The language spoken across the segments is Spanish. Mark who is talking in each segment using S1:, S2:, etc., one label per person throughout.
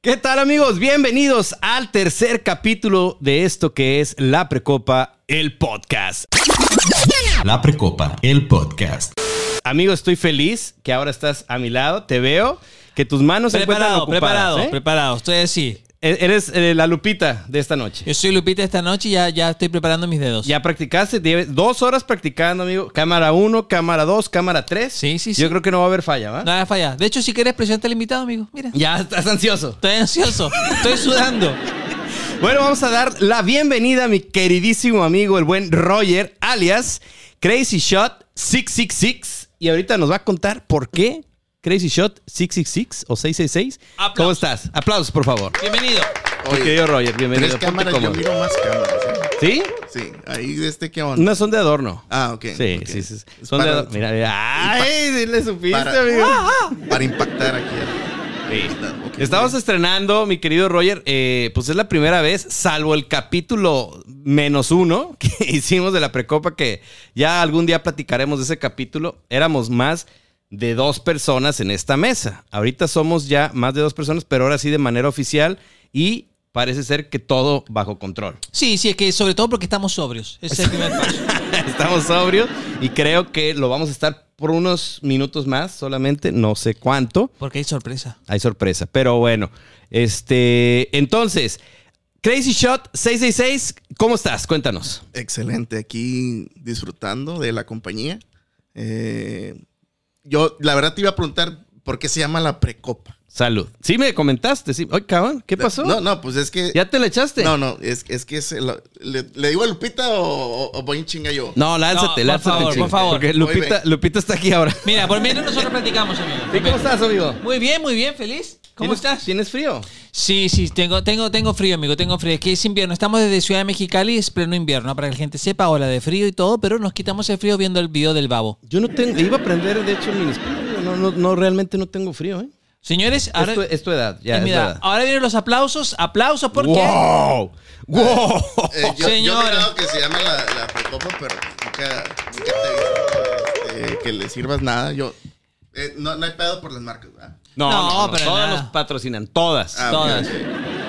S1: ¿Qué tal amigos? Bienvenidos al tercer capítulo de esto que es La Precopa, el podcast.
S2: La Precopa, el podcast.
S1: Amigo, estoy feliz que ahora estás a mi lado, te veo, que tus manos se encuentran
S3: Preparado,
S1: ocupadas.
S3: preparado,
S1: ¿eh?
S3: preparado. Estoy así.
S1: E- Eres eh, la lupita de esta noche.
S3: Yo soy Lupita esta noche y ya, ya estoy preparando mis dedos.
S1: Ya practicaste, lleves dos horas practicando, amigo. Cámara 1, cámara 2, cámara 3.
S3: Sí, sí,
S1: Yo
S3: sí.
S1: creo que no va a haber falla, ¿va?
S3: No hagas falla. De hecho, si quieres, presenta al invitado, amigo. Mira.
S1: Ya estás ansioso.
S3: Estoy ansioso. Estoy sudando.
S1: Bueno, vamos a dar la bienvenida a mi queridísimo amigo, el buen Roger, alias Crazy Shot 666. Y ahorita nos va a contar por qué Crazy Shot 666 o 666.
S3: Aplausos.
S1: ¿Cómo estás? Aplausos, por favor.
S3: Bienvenido.
S1: Mi querido Roger, bienvenido.
S4: Tres
S1: Ponte
S4: cámaras, yo
S1: cómodo.
S4: miro más cámaras. ¿eh?
S1: ¿Sí?
S4: Sí, ahí de este qué onda.
S1: No son de adorno.
S4: Ah, ok.
S1: Sí,
S4: ok.
S1: sí, sí.
S4: Es
S1: Son de
S4: para,
S1: adorno. Mira, mira. ¡Ay! sí le supiste,
S4: Para-
S1: amigo.
S4: para impactar aquí. Ok, ok.
S1: Estamos estrenando, mi querido Roger, eh, pues es la primera vez, salvo el capítulo menos uno que hicimos de la precopa, que ya algún día platicaremos de ese capítulo. Éramos más de dos personas en esta mesa. Ahorita somos ya más de dos personas, pero ahora sí de manera oficial y parece ser que todo bajo control.
S3: Sí, sí, es que sobre todo porque estamos sobrios. Ese es el primer paso.
S1: Estamos sobrios y creo que lo vamos a estar por unos minutos más solamente, no sé cuánto.
S3: Porque hay sorpresa.
S1: Hay sorpresa. Pero bueno, este. Entonces, Crazy Shot 666, ¿cómo estás? Cuéntanos.
S4: Excelente, aquí disfrutando de la compañía. Eh, yo, la verdad, te iba a preguntar por qué se llama la precopa.
S1: Salud. Sí, me comentaste. Sí. Ay, cabrón, ¿qué pasó?
S4: No, no, pues es que.
S1: ¿Ya te la echaste?
S4: No, no, es, es que se lo- le, le digo a Lupita o, o- o voy en chinga yo.
S1: No, lánzate,
S3: No, por
S1: lánzate.
S3: favor,
S1: chico,
S3: por favor.
S1: Porque
S4: Muy
S1: Lupita,
S4: bien.
S1: Lupita está aquí ahora.
S3: Mira, por menos nosotros platicamos, amigo.
S1: Sí, ¿Cómo estás, amigo?
S3: Muy bien, muy bien, feliz. ¿Cómo
S1: ¿Tienes-
S3: estás?
S1: ¿Tienes frío?
S3: Sí, sí, tengo, tengo, tengo frío, amigo, tengo frío. Es que es invierno. Estamos desde Ciudad de Mexicali, es pleno invierno, para que la gente sepa, ola de frío y todo, pero nos quitamos el frío viendo el video del babo.
S1: Yo no tengo. Iba a prender, de hecho, el minisplit. No, no, no, realmente no tengo frío, ¿eh?
S3: Señores, ahora,
S1: es, tu, es tu edad, ya.
S3: es mi
S1: es tu
S3: edad.
S1: edad.
S3: ahora vienen los aplausos, aplausos porque
S1: ¡Wow! ¡Wow!
S4: Eh, yo, yo
S3: Señores.
S4: he mirado que se llama la, la precopa, pero nunca, nunca te he visto, eh, que le sirvas nada. Yo, eh, no, no hay pedo por las marcas, ¿verdad?
S1: No, no,
S3: No,
S1: no,
S3: pero
S1: todas
S3: nada.
S1: nos patrocinan, todas.
S4: Ah, ok,
S3: Todas.
S4: ok.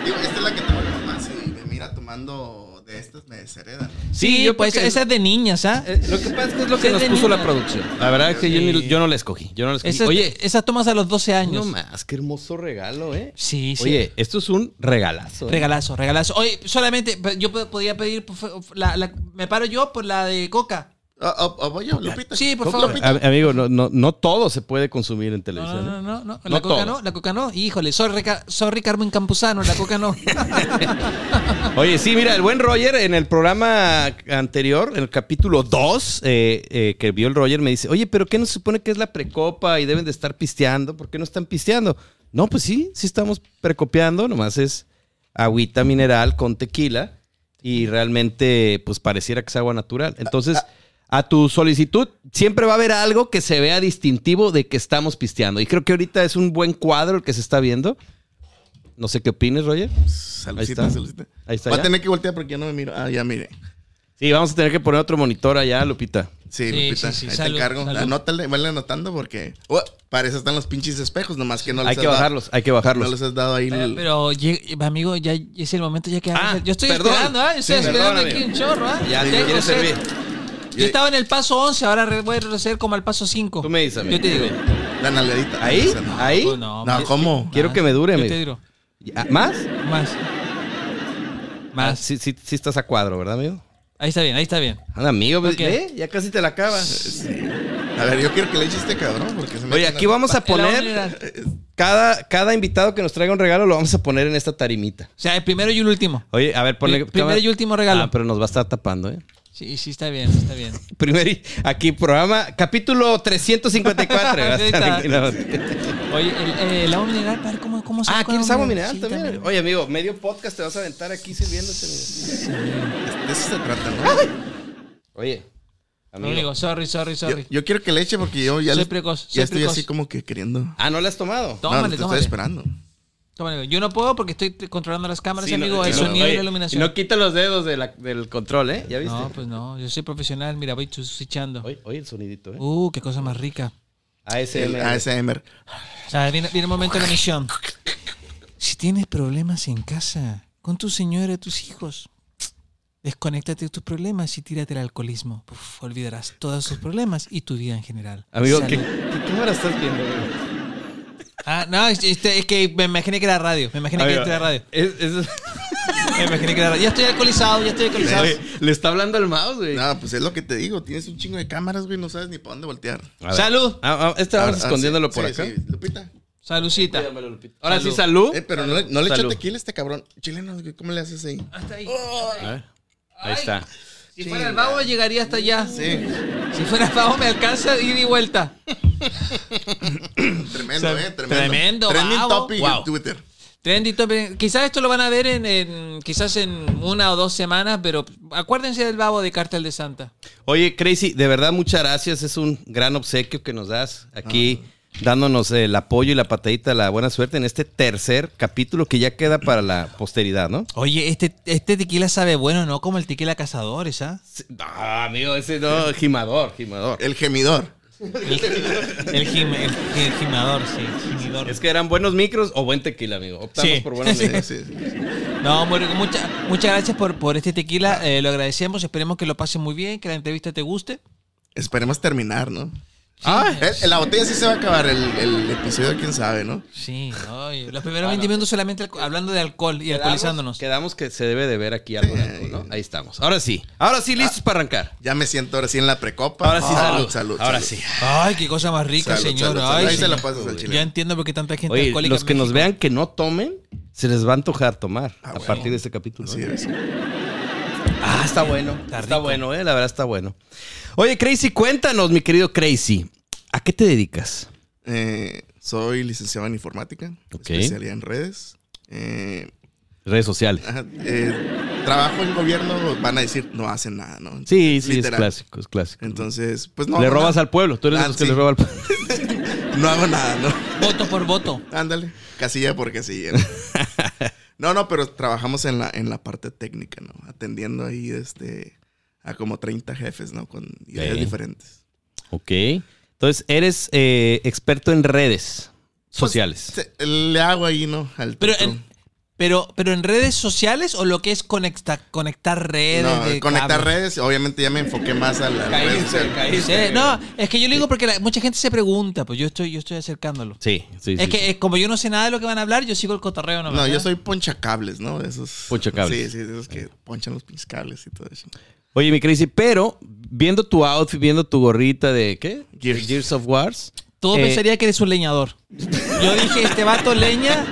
S4: Digo, esta es la que tomo más y me mira tomando de estas, me deshereda. ¿no?
S3: Sí,
S1: yo
S3: pues
S1: porque-
S3: esa es de niñas, ¿ah?
S1: Eh, Lo que pasa es que es lo que
S3: Es
S1: nos
S3: de
S1: puso
S3: niña.
S1: la producción. La verdad es que yo, ni- yo no la escogí. Yo no la escogí.
S3: Esas,
S1: Oye,
S3: esas tomas a los 12
S1: no
S3: años.
S1: más, qué hermoso regalo, ¿eh?
S3: sí, sí.
S1: Oye, esto es un regalazo. ¿eh?
S3: regalazo, regalazo. Oye, solamente pe- yo po- podía pedir por fa- la- la- me paro yo por la de Coca.
S4: O, o- o Ah, voy yo, Lupita.
S3: Sí,
S1: pues,
S3: por
S4: Lupita.
S3: favor. Ah,
S4: Lupita.
S1: A- amigo, no, no, no todo se puede consumir en
S3: No,
S1: televisión. ¿eh?
S3: no, no, no, no,
S1: Ah, No
S3: la coca
S1: todo.
S3: no, la coca no. Híjole, sorry, Ca- sorry Carmen Campuzano, la coca no.
S1: Oye, sí, mira, el buen Roger en el programa anterior, en el capítulo 2, eh, eh, que vio el Roger, me dice, oye, pero ¿qué nos supone que es la precopa y deben de estar pisteando? ¿Por qué no están pisteando? No, pues sí, sí estamos precopiando, nomás es agüita mineral con tequila y realmente, pues pareciera que es agua natural. Entonces, a tu solicitud siempre va a haber algo que se vea distintivo de que estamos pisteando. Y creo que ahorita es un buen cuadro el que se está viendo. No sé qué opines, Roger.
S4: Saludcita,
S1: Ahí está.
S4: saludcita.
S1: Ahí está
S4: Voy
S1: ya.
S4: a tener que voltear porque yo no me miro. Ah, ya mire.
S1: Sí, vamos a tener que poner otro monitor allá, Lupita.
S4: Sí,
S3: Sí,
S4: Lupita,
S3: sí, sí,
S4: ahí
S3: salud,
S4: te encargo.
S3: salud.
S4: Anótale, vale anotando porque oh, para eso están los pinches espejos, nomás que no les
S1: hay
S4: has
S1: que
S4: dado-
S1: bajarlos, hay que bajarlos.
S4: No les has dado ahí.
S3: Pero,
S4: el-
S3: pero, lle- amigo, ya es el momento ya que
S1: Ah,
S3: hagas el- Yo estoy
S1: perdón.
S3: esperando, ¿ah? Yo estoy
S1: Sí,
S3: esperando
S1: perdóname.
S3: aquí un chorro, ¿ah?
S1: Ya,
S3: Tengo
S1: te quieres
S3: sed.
S1: servir.
S3: Yo estaba en el paso 11, ahora re- voy a retroceder como al paso 5.
S1: Tú me dices, amigo.
S3: Yo te digo.
S4: La nalgadita.
S1: ¿Ahí?
S4: Esa no.
S1: ¿Ahí?
S3: Oh, no,
S4: No,
S3: más.
S4: ¿cómo?
S1: Quiero que me dure,
S3: Yo
S1: amigo.
S3: te digo.
S1: Ah, ¿Más?
S3: Más.
S1: Ah,
S3: Más.
S1: sí, sí, sí estás a cuadro, ¿verdad, amigo?
S3: Ahí está bien, ahí está bien.
S1: Anda, amigo, pues,
S3: Ok.
S1: ve, ya casi te la acabas.
S4: A ver, yo quiero que le eches este cabrón porque se me.
S1: Oye, aquí vamos a
S3: Es la
S1: poner
S3: unidad.
S1: cada, cada invitado que nos traiga un regalo lo vamos a poner en esta tarimita.
S3: O sea, el primero y el último.
S1: Oye, a ver, ponle
S3: Pri- primero y último regalo.
S1: Ah, pero nos va a estar tapando, ¿eh?
S3: Sí, sí, está bien, está bien.
S1: Primero y- aquí programa capítulo 354. va a estar aquí la-
S3: Oye, el, eh, el agua mineral, para ver cómo, cómo
S1: ah,
S3: saco
S1: ¿quieres
S3: el
S1: agua mineral
S3: Sí,
S1: también? Oye, amigo, medio podcast te vas a aventar aquí sirviéndote. mira.
S4: De eso se trata, ¿no?
S1: Oye,
S3: Amigo,
S1: amigo.
S3: sorry, sorry,
S4: Yo,
S3: sorry.
S4: yo quiero que le eche porque yo ya.
S3: Soy
S4: le-
S3: precoz, soy
S4: Ya estoy
S3: precoz.
S4: así como que queriendo.
S1: Ah, ¿no la has tomado?
S4: No,
S3: tómale,
S4: te
S3: tómale.
S4: estoy esperando.
S3: Tómale, amigo. Yo no puedo porque estoy t- controlando las cámaras,
S1: Sí, no,
S3: amigo,
S1: sí,
S3: el
S1: no,
S3: sonido y
S1: oye,
S3: la iluminación.
S1: y no quita los dedos de la- del control, ¿eh? ¿Ya viste?
S3: No, pues no, yo soy profesional, mira, voy switchando.
S1: oye, oye el sonidito, ¿eh?
S3: Uh, qué cosa más rica.
S1: ASMR.
S4: El ASMR.
S3: O sea, viene, viene el momento de la misión. Si tienes problemas en casa, con tu señora, tus hijos, desconéctate de tus problemas y tírate al alcoholismo. Uf, olvidarás todos sus problemas y tu vida en general.
S1: Amigo,
S3: Salud.
S1: ¿qué, qué cámara estás viendo? güey?
S3: Ah, no, es, es- es que me imaginé que era radio. Me imaginé
S1: Amigo,
S3: que era radio.
S1: es- es-
S3: Me imaginé que era radio. Ya estoy alcoholizado, ya estoy alcoholizado.
S1: le, le está hablando al mouse, güey.
S4: No, pues es lo que te digo. Tienes un chingo de cámaras, güey. No sabes ni para dónde voltear.
S1: A ver.
S3: Salud.
S1: Ah, ah, este vamos
S4: Ahora, ah,
S1: escondiéndolo
S4: sí,
S1: por
S4: sí,
S1: acá.
S4: sí, Lupita.
S3: Salucita.
S1: Cuídamelo, Lupita. Ahora
S3: Salud.
S1: sí, salud.
S4: Eh, pero no le, no le echó
S1: Salud.
S4: tequila a este cabrón. Chileno, güey, ¿cómo le haces ahí?
S3: Hasta ahí.
S1: A ver, Ahí está.
S3: Si fuera el vago, llegaría hasta allá.
S4: Sí,
S3: Si fuera el vago, me alcanza ida y vuelta.
S4: tremendo,
S3: O sea,
S4: eh, tremendo.
S3: tremendo,
S4: Trending
S3: bravo.
S4: topic
S3: Wow.
S4: en Twitter.
S3: Trendy Topic. Quizás esto lo van a ver en, en- quizás en una o dos semanas, pero acuérdense del babo de Cartel de Santa.
S1: Oye, Crazy, de verdad, muchas gracias. Es un gran obsequio que nos das aquí,
S4: Ah.
S1: dándonos el apoyo y la patadita, la buena suerte en este tercer capítulo que ya queda para la posteridad, ¿no?
S3: Oye, este, este tequila sabe bueno, ¿no? Como el tequila cazadores, ¿ah?
S1: Ah, amigo, ese no, gimador, gimador.
S4: El gemidor.
S3: El, el, gim- el- el gimador, sí, el gimidor.
S1: Es que eran buenos micros o buen tequila, amigo. Optamos
S3: Sí.
S1: por buenos
S4: Sí,
S1: micros.
S4: sí, sí.
S3: No, muy rico. Mucha- muchas gracias por, por este tequila. eh, lo agradecemos. Esperemos que lo pasen muy bien, que la entrevista te guste.
S4: Esperemos terminar, ¿no?
S1: Ah,
S4: Eh, La botella sí se va a acabar el, el episodio, quién sabe, ¿no?
S3: Sí, ay, los primeros 20 minutos solamente alco- hablando de alcohol y alcoholizándonos.
S1: Quedamos que se debe de ver aquí algo de
S4: Eh.
S1: alcohol, ¿no? Ahí estamos. Ahora sí. Ahora sí, listos para arrancar.
S4: Ya me siento ahora sí en la precopa.
S1: Ahora sí,
S4: Ah,
S1: salud.
S4: salud.
S1: Ahora
S4: salud.
S1: sí.
S3: Ay, qué cosa más rica,
S4: Salud,
S3: señor.
S4: salud, salud.
S3: Ay,
S4: Ahí se la
S3: señor.
S4: pasas al
S3: Ya
S4: chileno.
S3: entiendo por qué tanta gente
S1: Oye,
S3: alcohólica
S1: los
S3: en
S1: que nos
S3: México.
S1: vean que no tomen, se les va a antojar tomar
S4: Ah,
S1: a
S4: bueno.
S1: partir de este capítulo.
S4: Así
S1: ¿eh?
S4: es.
S1: Ah, está bueno. Está,
S3: Está rico.
S1: bueno, eh, la verdad está bueno. Oye, Crazy, cuéntanos, mi querido Crazy, ¿a qué te dedicas?
S4: Eh, soy licenciado en informática,
S1: Ok.
S4: especialidad en redes. Eh,
S1: Redes sociales.
S4: ajá, eh, trabajo en gobierno, van a decir, no hacen nada, ¿no?
S1: Sí, sí,
S4: Literal.
S1: es clásico, es clásico.
S4: Entonces, pues no.
S1: le
S4: hago
S1: robas
S4: nada.
S1: al pueblo, tú eres de
S4: Ah,
S1: los que
S4: sí.
S1: le roba al pueblo.
S4: No hago nada, ¿no?
S3: Voto por voto.
S4: Ándale, casilla por casilla. No, no, pero trabajamos en la, en la parte técnica, ¿no? Atendiendo ahí este, a como 30 jefes, ¿no? Con ideas
S1: Ok.
S4: diferentes.
S1: Ok. Entonces, eres eh, experto en redes sociales.
S4: Se- le hago ahí, ¿no? Al
S3: Pero
S4: tuto.
S3: en, pero, pero en redes sociales o lo que es conecta- conectar redes.
S4: No,
S3: de
S4: conectar
S3: cable?
S4: redes, obviamente ya me enfoqué más a la red social.
S3: Sí, no, es que yo le digo porque la- mucha gente se pregunta, pues yo estoy, yo estoy acercándolo.
S1: Sí, sí,
S3: es
S1: sí,
S3: que
S1: sí.
S3: eh, como yo no sé nada de lo que van a hablar, yo sigo el cotorreo nomás.
S4: No, yo
S3: ¿eh?
S4: soy ponchacables, ¿no? De esos.
S1: Ponchacables.
S4: Sí, sí, de esos que ponchan los pinches cables y todo eso.
S1: Oye, mi Crazy, pero viendo tu outfit, viendo tu gorrita de ¿qué?
S4: Gears.
S1: Gears of Wars.
S3: Todo
S1: eh,
S3: pensaría que eres un leñador. Yo dije, este vato leña.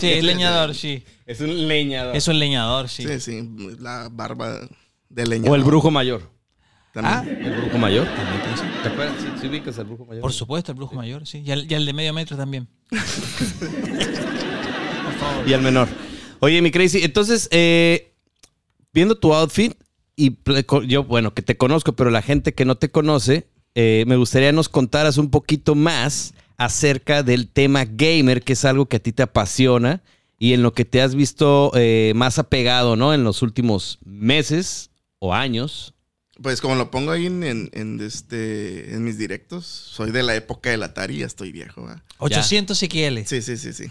S3: Sí, es leñador, sí.
S1: Es un leñador.
S3: Es un leñador, sí.
S4: Sí, sí, la barba de leña.
S1: O el brujo mayor.
S3: Ah,
S4: También.
S1: El brujo mayor.
S3: también puede ser.
S1: ¿Te acuerdas? Sí, sí ubicas al brujo mayor.
S3: Por supuesto, el brujo mayor, sí. Y el, y el de medio metro también. Por favor.
S1: Y al menor. Oye, mi Crazy, entonces, eh, viendo tu outfit, y pl- co- yo, bueno, que te conozco, pero la gente que no te conoce, eh, me gustaría nos contaras un poquito más acerca del tema gamer, que es algo que a ti te apasiona y en lo que te has visto eh, más apegado, ¿no? En los últimos meses o años.
S4: Pues como lo pongo ahí en, en- en este, en mis directos, soy de la época del Atari, ya estoy viejo, ¿va?
S3: 800 XL.
S4: Sí, sí, sí, sí.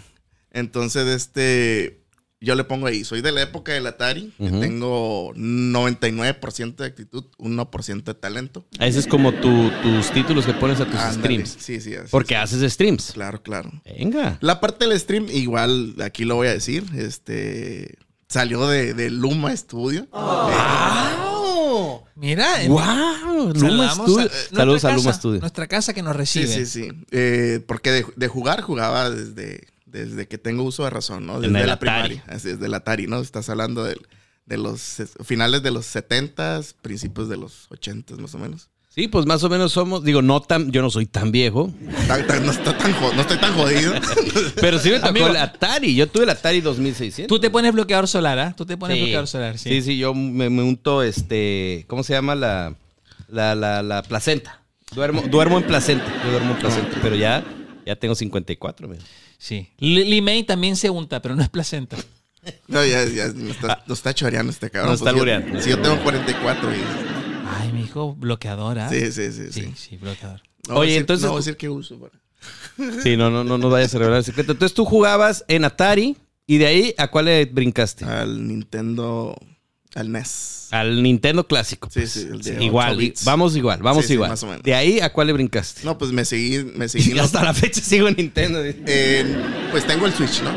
S4: Entonces, este, yo le pongo ahí, soy de la época del Atari, que
S1: Ujú.
S4: tengo 99% de actitud, 1% de talento.
S1: Ese es como tu- tus títulos que pones a tus
S4: Ándale.
S1: streams.
S4: Sí, sí, así
S1: Porque
S4: es.
S1: haces streams.
S4: Claro, claro.
S1: Venga.
S4: La parte del stream, igual aquí lo voy a decir, este salió de, de Luma Studio.
S1: Ah,
S3: Mira, en-
S1: ¡Wow! Luma
S3: saludamos
S1: Studio.
S3: eh, nuestra
S1: Saludos a
S3: casa,
S1: Luma Studio.
S3: Nuestra casa que nos
S4: Sí,
S3: recibe.
S4: sí, sí. Eh, porque de, de jugar jugaba desde, desde que tengo uso de razón, ¿no?
S1: En
S4: Desde
S1: el
S4: la
S1: Atari.
S4: primaria. Así es, del Atari, ¿no? Estás hablando del- de, los ses- finales de los 70s, principios de los 80s más o menos.
S1: Sí, pues más o menos somos, digo, no tan, yo no soy tan viejo,
S4: Tan- tan- no, está tan jo- no estoy tan jodido.
S1: pero sí me tocó
S3: Amigo.
S1: el Atari, yo tuve el Atari 2600.
S3: Tú te pones bloqueador solar, ¿ah? Tú te pones
S1: Sí.
S3: bloqueador solar, sí.
S1: Sí, sí, yo me, me unto este, ¿cómo se llama la la, la, la placenta? Duermo, duermo en placenta, yo duermo en placenta, pero ya ya tengo 54, mira.
S3: Sí. Li- Limay también se unta, pero no es placenta.
S4: No, ya, ya me está, nos está choreando este cabrón.
S1: Nos está
S4: Pues yo-
S1: albureando, nos
S4: Sí, yo
S1: está
S4: tengo 44 y...
S3: Ay, mi hijo, bloqueador, ¿ah?
S4: Sí, sí, sí, sí.
S3: Sí, sí, bloqueador.
S4: No voy a
S1: Oye,
S4: decir-
S1: entonces
S4: No voy a
S1: tú-
S4: decir qué uso. para-
S1: Sí, no, no, no, no vayas a revelar el secreto. Entonces tú jugabas en Atari, Y de ahí, ¿a cuál le brincaste?
S4: Al Nintendo. Al E NES.
S1: Al Nintendo clásico.
S4: Sí,
S1: pues.
S4: sí, el de
S1: Sí,
S4: ocho
S1: igual,
S4: bits.
S1: i- vamos igual, vamos
S4: Sí, sí,
S1: igual.
S4: más o menos.
S1: De ahí, ¿a cuál le brincaste?
S4: No, pues me seguí. Me seguí
S1: Y
S4: en los-
S1: hasta la fecha sigo en Nintendo.
S4: eh, pues tengo el Switch, ¿no?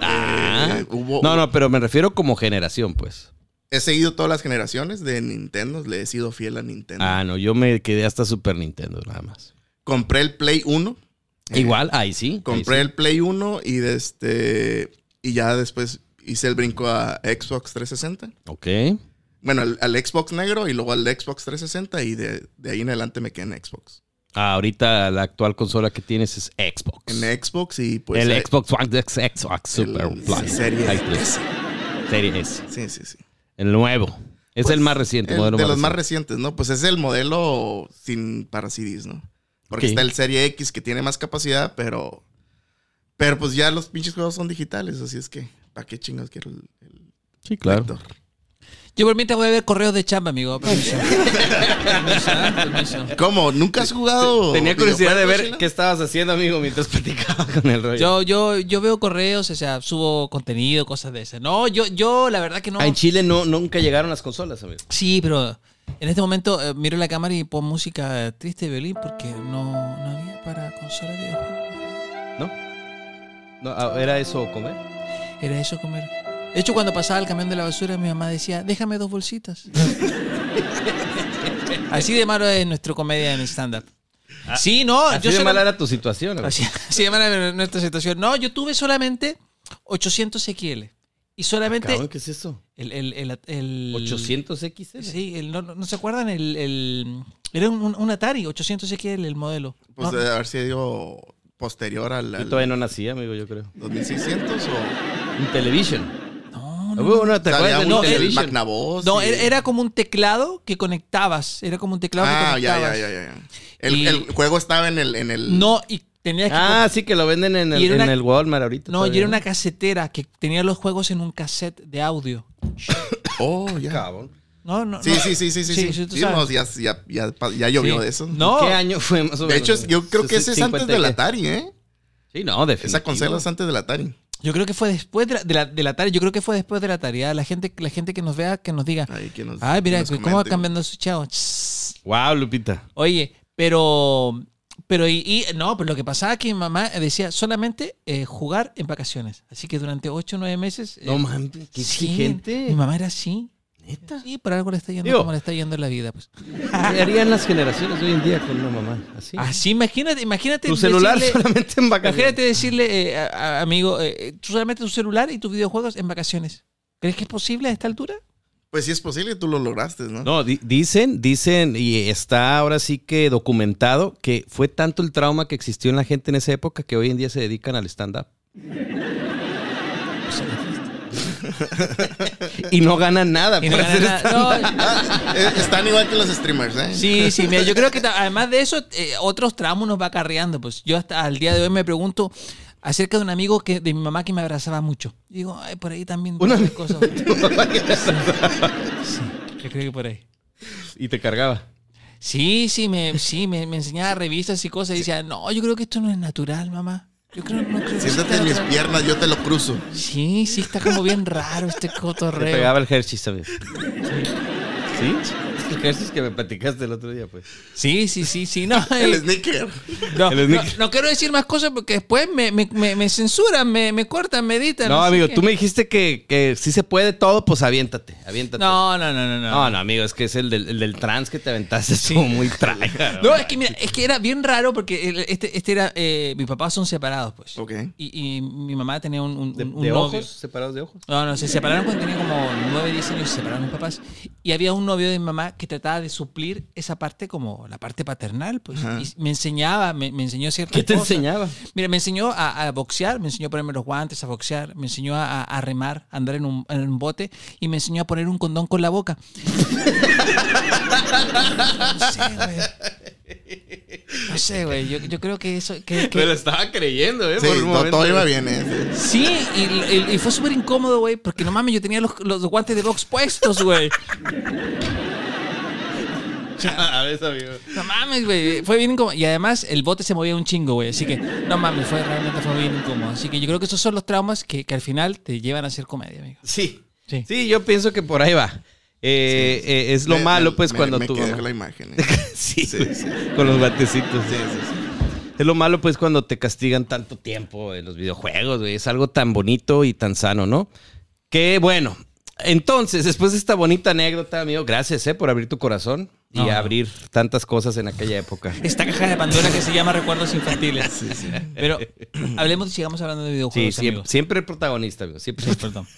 S1: Ah.
S4: Eh, hubo-
S1: No, no, pero me refiero como generación, pues.
S4: He seguido todas las generaciones de Nintendo. Le he sido fiel a Nintendo.
S1: Ah, no, yo me quedé hasta Super Nintendo, nada más.
S4: Compré el Play 1. eh,
S1: Ah, Igual, ahí sí. ahí
S4: Compré
S1: sí.
S4: el Play 1 y de este. Y ya después hice el brinco a Xbox 360.
S1: Ok.
S4: Bueno, al, al Xbox negro y luego al Xbox 360 y de, de ahí en adelante me quedé en Xbox.
S1: Ah, ahorita la actual consola que tienes es Xbox.
S4: En Xbox y pues...
S1: el
S4: eh,
S1: Xbox One X, Xbox
S4: el-
S1: Super
S4: sí,
S1: Plus.
S4: Series
S1: Ay, Plus.
S4: S.
S1: Serie S.
S4: Sí, sí, sí.
S1: El nuevo. Es
S4: Pues,
S1: el más reciente,
S4: El-
S1: modelo
S4: de los
S1: más
S4: más
S1: reciente.
S4: recientes, ¿no? Pues es el modelo sin para CDs, ¿no? Porque
S1: Ok.
S4: está el Serie X que tiene más capacidad, pero... Pero pues ya los pinches juegos son digitales, así es que... ¿Para qué chingados quiero el, el
S1: Sí, claro.
S4: lector?
S3: Yo por mientras voy a ver correos de chamba, amigo. Permiso. Permiso, ¿eh? Permiso.
S4: ¿Cómo? ¿Nunca has jugado?
S1: Tenía curiosidad de
S4: videojuegos,
S1: ver
S4: Sheila?
S1: qué estabas haciendo, amigo, mientras platicaba con el rollo.
S3: Yo, yo, yo veo correos, o sea, subo contenido, cosas de esas. No, yo, yo la verdad que no.
S1: Ah, en Chile no, nunca llegaron las consolas, amigo.
S3: Sí, pero en este momento eh, miro la cámara y pongo música triste de violín porque no, no había para consola de videojuegos.
S1: ¿No? no ah, ¿Era eso o comer?
S3: Era eso comer. De hecho, cuando pasaba el camión de la basura, mi mamá decía, déjame dos bolsitas. Así de malo es nuestro comedia en stand-up. Sí, no,
S1: Ah, Así
S3: yo
S1: de
S3: sola-
S1: mala era tu situación, amigo.
S3: Así, así de mala era nuestra situación. No, yo tuve solamente 800 XL. Y
S1: Cabrón,
S4: Ah,
S3: solamente
S1: ¿qué es eso? ¿eh?
S3: el, el, el- el-
S1: 800 XL.
S3: Sí, el- no, no- ¿no se acuerdan? El, el- era un, un Atari 800 XL el modelo.
S4: Pues
S3: No,
S4: de haber sido posterior al,
S1: Yo
S4: al
S1: Ah. todavía no nací, amigo, yo creo.
S4: 2600 o...
S1: Un television.
S3: no,
S4: uh,
S3: no,
S1: Hubo una- Ah, ¿te
S4: Había
S1: acuerdas del
S4: un
S3: no,
S4: del
S1: television?
S4: Magnavox.
S3: No,
S4: y-
S3: era, era como un teclado que conectabas. Era como un teclado que
S4: Ah, ya,
S3: conectabas.
S4: ya, ya, ya. ya. El,
S3: Y-
S4: el juego estaba en el... En el
S3: No, y tenías que.
S1: Ah, sí, que lo venden en el,
S3: Y era
S1: en
S3: una-
S1: el Walmart ahorita.
S3: no, y
S1: todavía,
S3: era una casetera que tenía los juegos en un cassette de audio.
S4: Oh, ya.
S1: Cabrón.
S3: No, no.
S4: Sí,
S3: no.
S4: sí, sí, sí,
S3: Sí,
S4: sí. sí.
S3: sí, tú
S4: Sí,
S3: sabes.
S4: no, ya, ya, ya, pa- ya llovió
S3: Sí.
S4: de eso.
S3: No.
S1: ¿Qué año fue más o menos?
S4: De hecho, yo creo que ese es antes
S1: 50
S4: del
S1: que-
S4: Atari, ¿eh?
S1: Sí, no, definitivo.
S4: Esa consola es antes del Atari.
S3: Yo creo que fue después de la, de la- de la Atari. Yo creo que fue después de la Atari. ah, La gente, la gente que nos vea, que nos diga.
S1: Ah,
S4: Ahí, que
S1: pues,
S4: nos-
S3: Ay, mira,
S4: nos
S3: cómo va
S4: comente.
S3: cambiando su chavo. Tss.
S1: Wow, Lupita.
S3: Oye, pero. Pero, y, y- no, pero lo que pasaba es que mi mamá decía solamente eh, jugar en vacaciones. Así que durante 8 o 9 meses. eh,
S1: No mames, qué
S3: sí,
S1: exigente.
S3: Mi mamá era así.
S1: Neta.
S3: Sí, por algo le está yendo
S1: Digo-
S3: como le está yendo en la vida. Pues.
S1: ¿Qué harían las generaciones hoy en día con una mamá así?
S3: Así, Ah, imagínate, imagínate.
S1: tu celular
S3: decirle-
S1: solamente en vacaciones.
S3: Imagínate decirle, eh, a- a- amigo, eh, eh, tú solamente tu celular y tus videojuegos en vacaciones. ¿Crees que es posible a esta altura?
S4: Pues sí es posible, tú lo lograste, ¿no?
S1: No, di- dicen, dicen, y está ahora sí que documentado, que fue tanto el trauma que existió en la gente en esa época que hoy en día se dedican al stand-up. y no ganan nada. pues.
S3: Y no
S1: por
S3: ganan
S1: hacer
S3: nada. No,
S4: Ah, eh, están igual que los streamers, ¿eh?
S3: Sí, sí, mira, yo creo que ta- además de eso, eh, otros tramos nos va acarreando. Pues yo hasta al día de hoy me pregunto acerca de un amigo que, de mi mamá que me abrazaba mucho. Y digo, ay, por ahí también
S1: Un
S3: pasan
S1: amigo
S3: cosas. Sí, yo creo que por ahí.
S1: Y te cargaba.
S3: Sí, sí, me, sí, me, me enseñaba revistas y cosas y decía, no, yo creo que esto no es natural, mamá. Yo creo, no creo que
S4: Siéntate
S3: sea
S4: en mis
S3: natural".
S4: piernas, yo te lo cruzo.
S3: Sí, sí, está como bien raro este
S1: Te
S3: cotorreo.
S1: pegaba el Hershey's también. ¿Sí? El Hershey's que me platicaste el otro día, pues.
S3: Sí, sí, sí, sí, no.
S4: El
S3: eh,
S4: sneaker.
S3: No,
S1: el
S3: no,
S1: sneaker.
S3: no quiero decir más cosas porque después me, me- me- me censuran, me, me cortan, me editan.
S1: No,
S3: así
S1: amigo,
S3: que-
S1: tú me dijiste que, que si se puede todo, pues aviéntate, aviéntate.
S3: No, no, no, no, no.
S1: No, no, amigo, es que es el del, el del trans que te aventaste, estuvo muy trágico.
S3: No, es que mira, es que era bien raro porque el- este, este era. Eh, mis papás son separados, pues.
S4: Ok.
S3: Y, y mi mamá tenía un, un,
S1: de,
S3: un- un
S1: de
S3: novio.
S1: ojos, separados de ojos.
S3: No, no, se separaron cuando tenía como 9, 10 años, se separaron mis papás. Y había un novio de mi mamá que trataba de suplir esa parte como la parte paternal, pues.
S4: Ajá.
S3: Y me enseñaba, me, me enseñó ciertas
S1: ¿Qué te
S3: cosas.
S1: enseñaba?
S3: Mira, me enseñó a, a boxear, me enseñó a ponerme los guantes, a boxear, me enseñó a, a- a remar, a andar en un, en un bote y me enseñó a poner un condón con la boca. No sé, güey. No sé, güey. Yo, yo creo que eso. que- que-
S1: Me lo estaba creyendo, ¿eh?
S4: Sí,
S1: Por un
S4: no,
S1: momento.
S4: todo iba bien, ¿eh?
S3: Sí, y, y- y fue súper incómodo, güey, porque no mames, yo tenía los, los guantes de box puestos, güey.
S1: A ver, amigo.
S3: No mames, güey. Fue bien incómodo. Y además el bote se movía un chingo, güey. Así que, no mames, fue, realmente fue bien incómodo. Así que yo creo que esos son los traumas que, que al final te llevan a hacer comedia, amigo.
S1: Sí.
S3: Sí.
S1: sí. yo pienso que por ahí va. Eh, eh, es lo
S4: Me-
S1: malo,
S4: me-
S1: pues,
S4: me-
S1: cuando
S4: me
S1: tu
S4: quedé
S1: mamá-
S4: con la imagen. eh. Sí,
S1: sí,
S4: Sí,
S1: güey,
S4: sí.
S1: Con los guantecitos.
S4: sí, sí.
S1: Es lo malo, pues, cuando te castigan tanto tiempo en los videojuegos, güey. Es algo tan bonito y tan sano, ¿no? Que bueno. Entonces, después de esta bonita anécdota, amigo, gracias, ¿eh? Por abrir tu corazón y
S3: No.
S1: abrir tantas cosas en aquella época.
S3: Esta caja de Pandora que se llama Recuerdos Infantiles. Pero hablemos y sigamos hablando de
S1: Sí,
S3: videojuegos,
S1: siempre,
S3: amigo.
S1: siempre el protagonista, amigo. Siempre.
S3: Sí, perdón.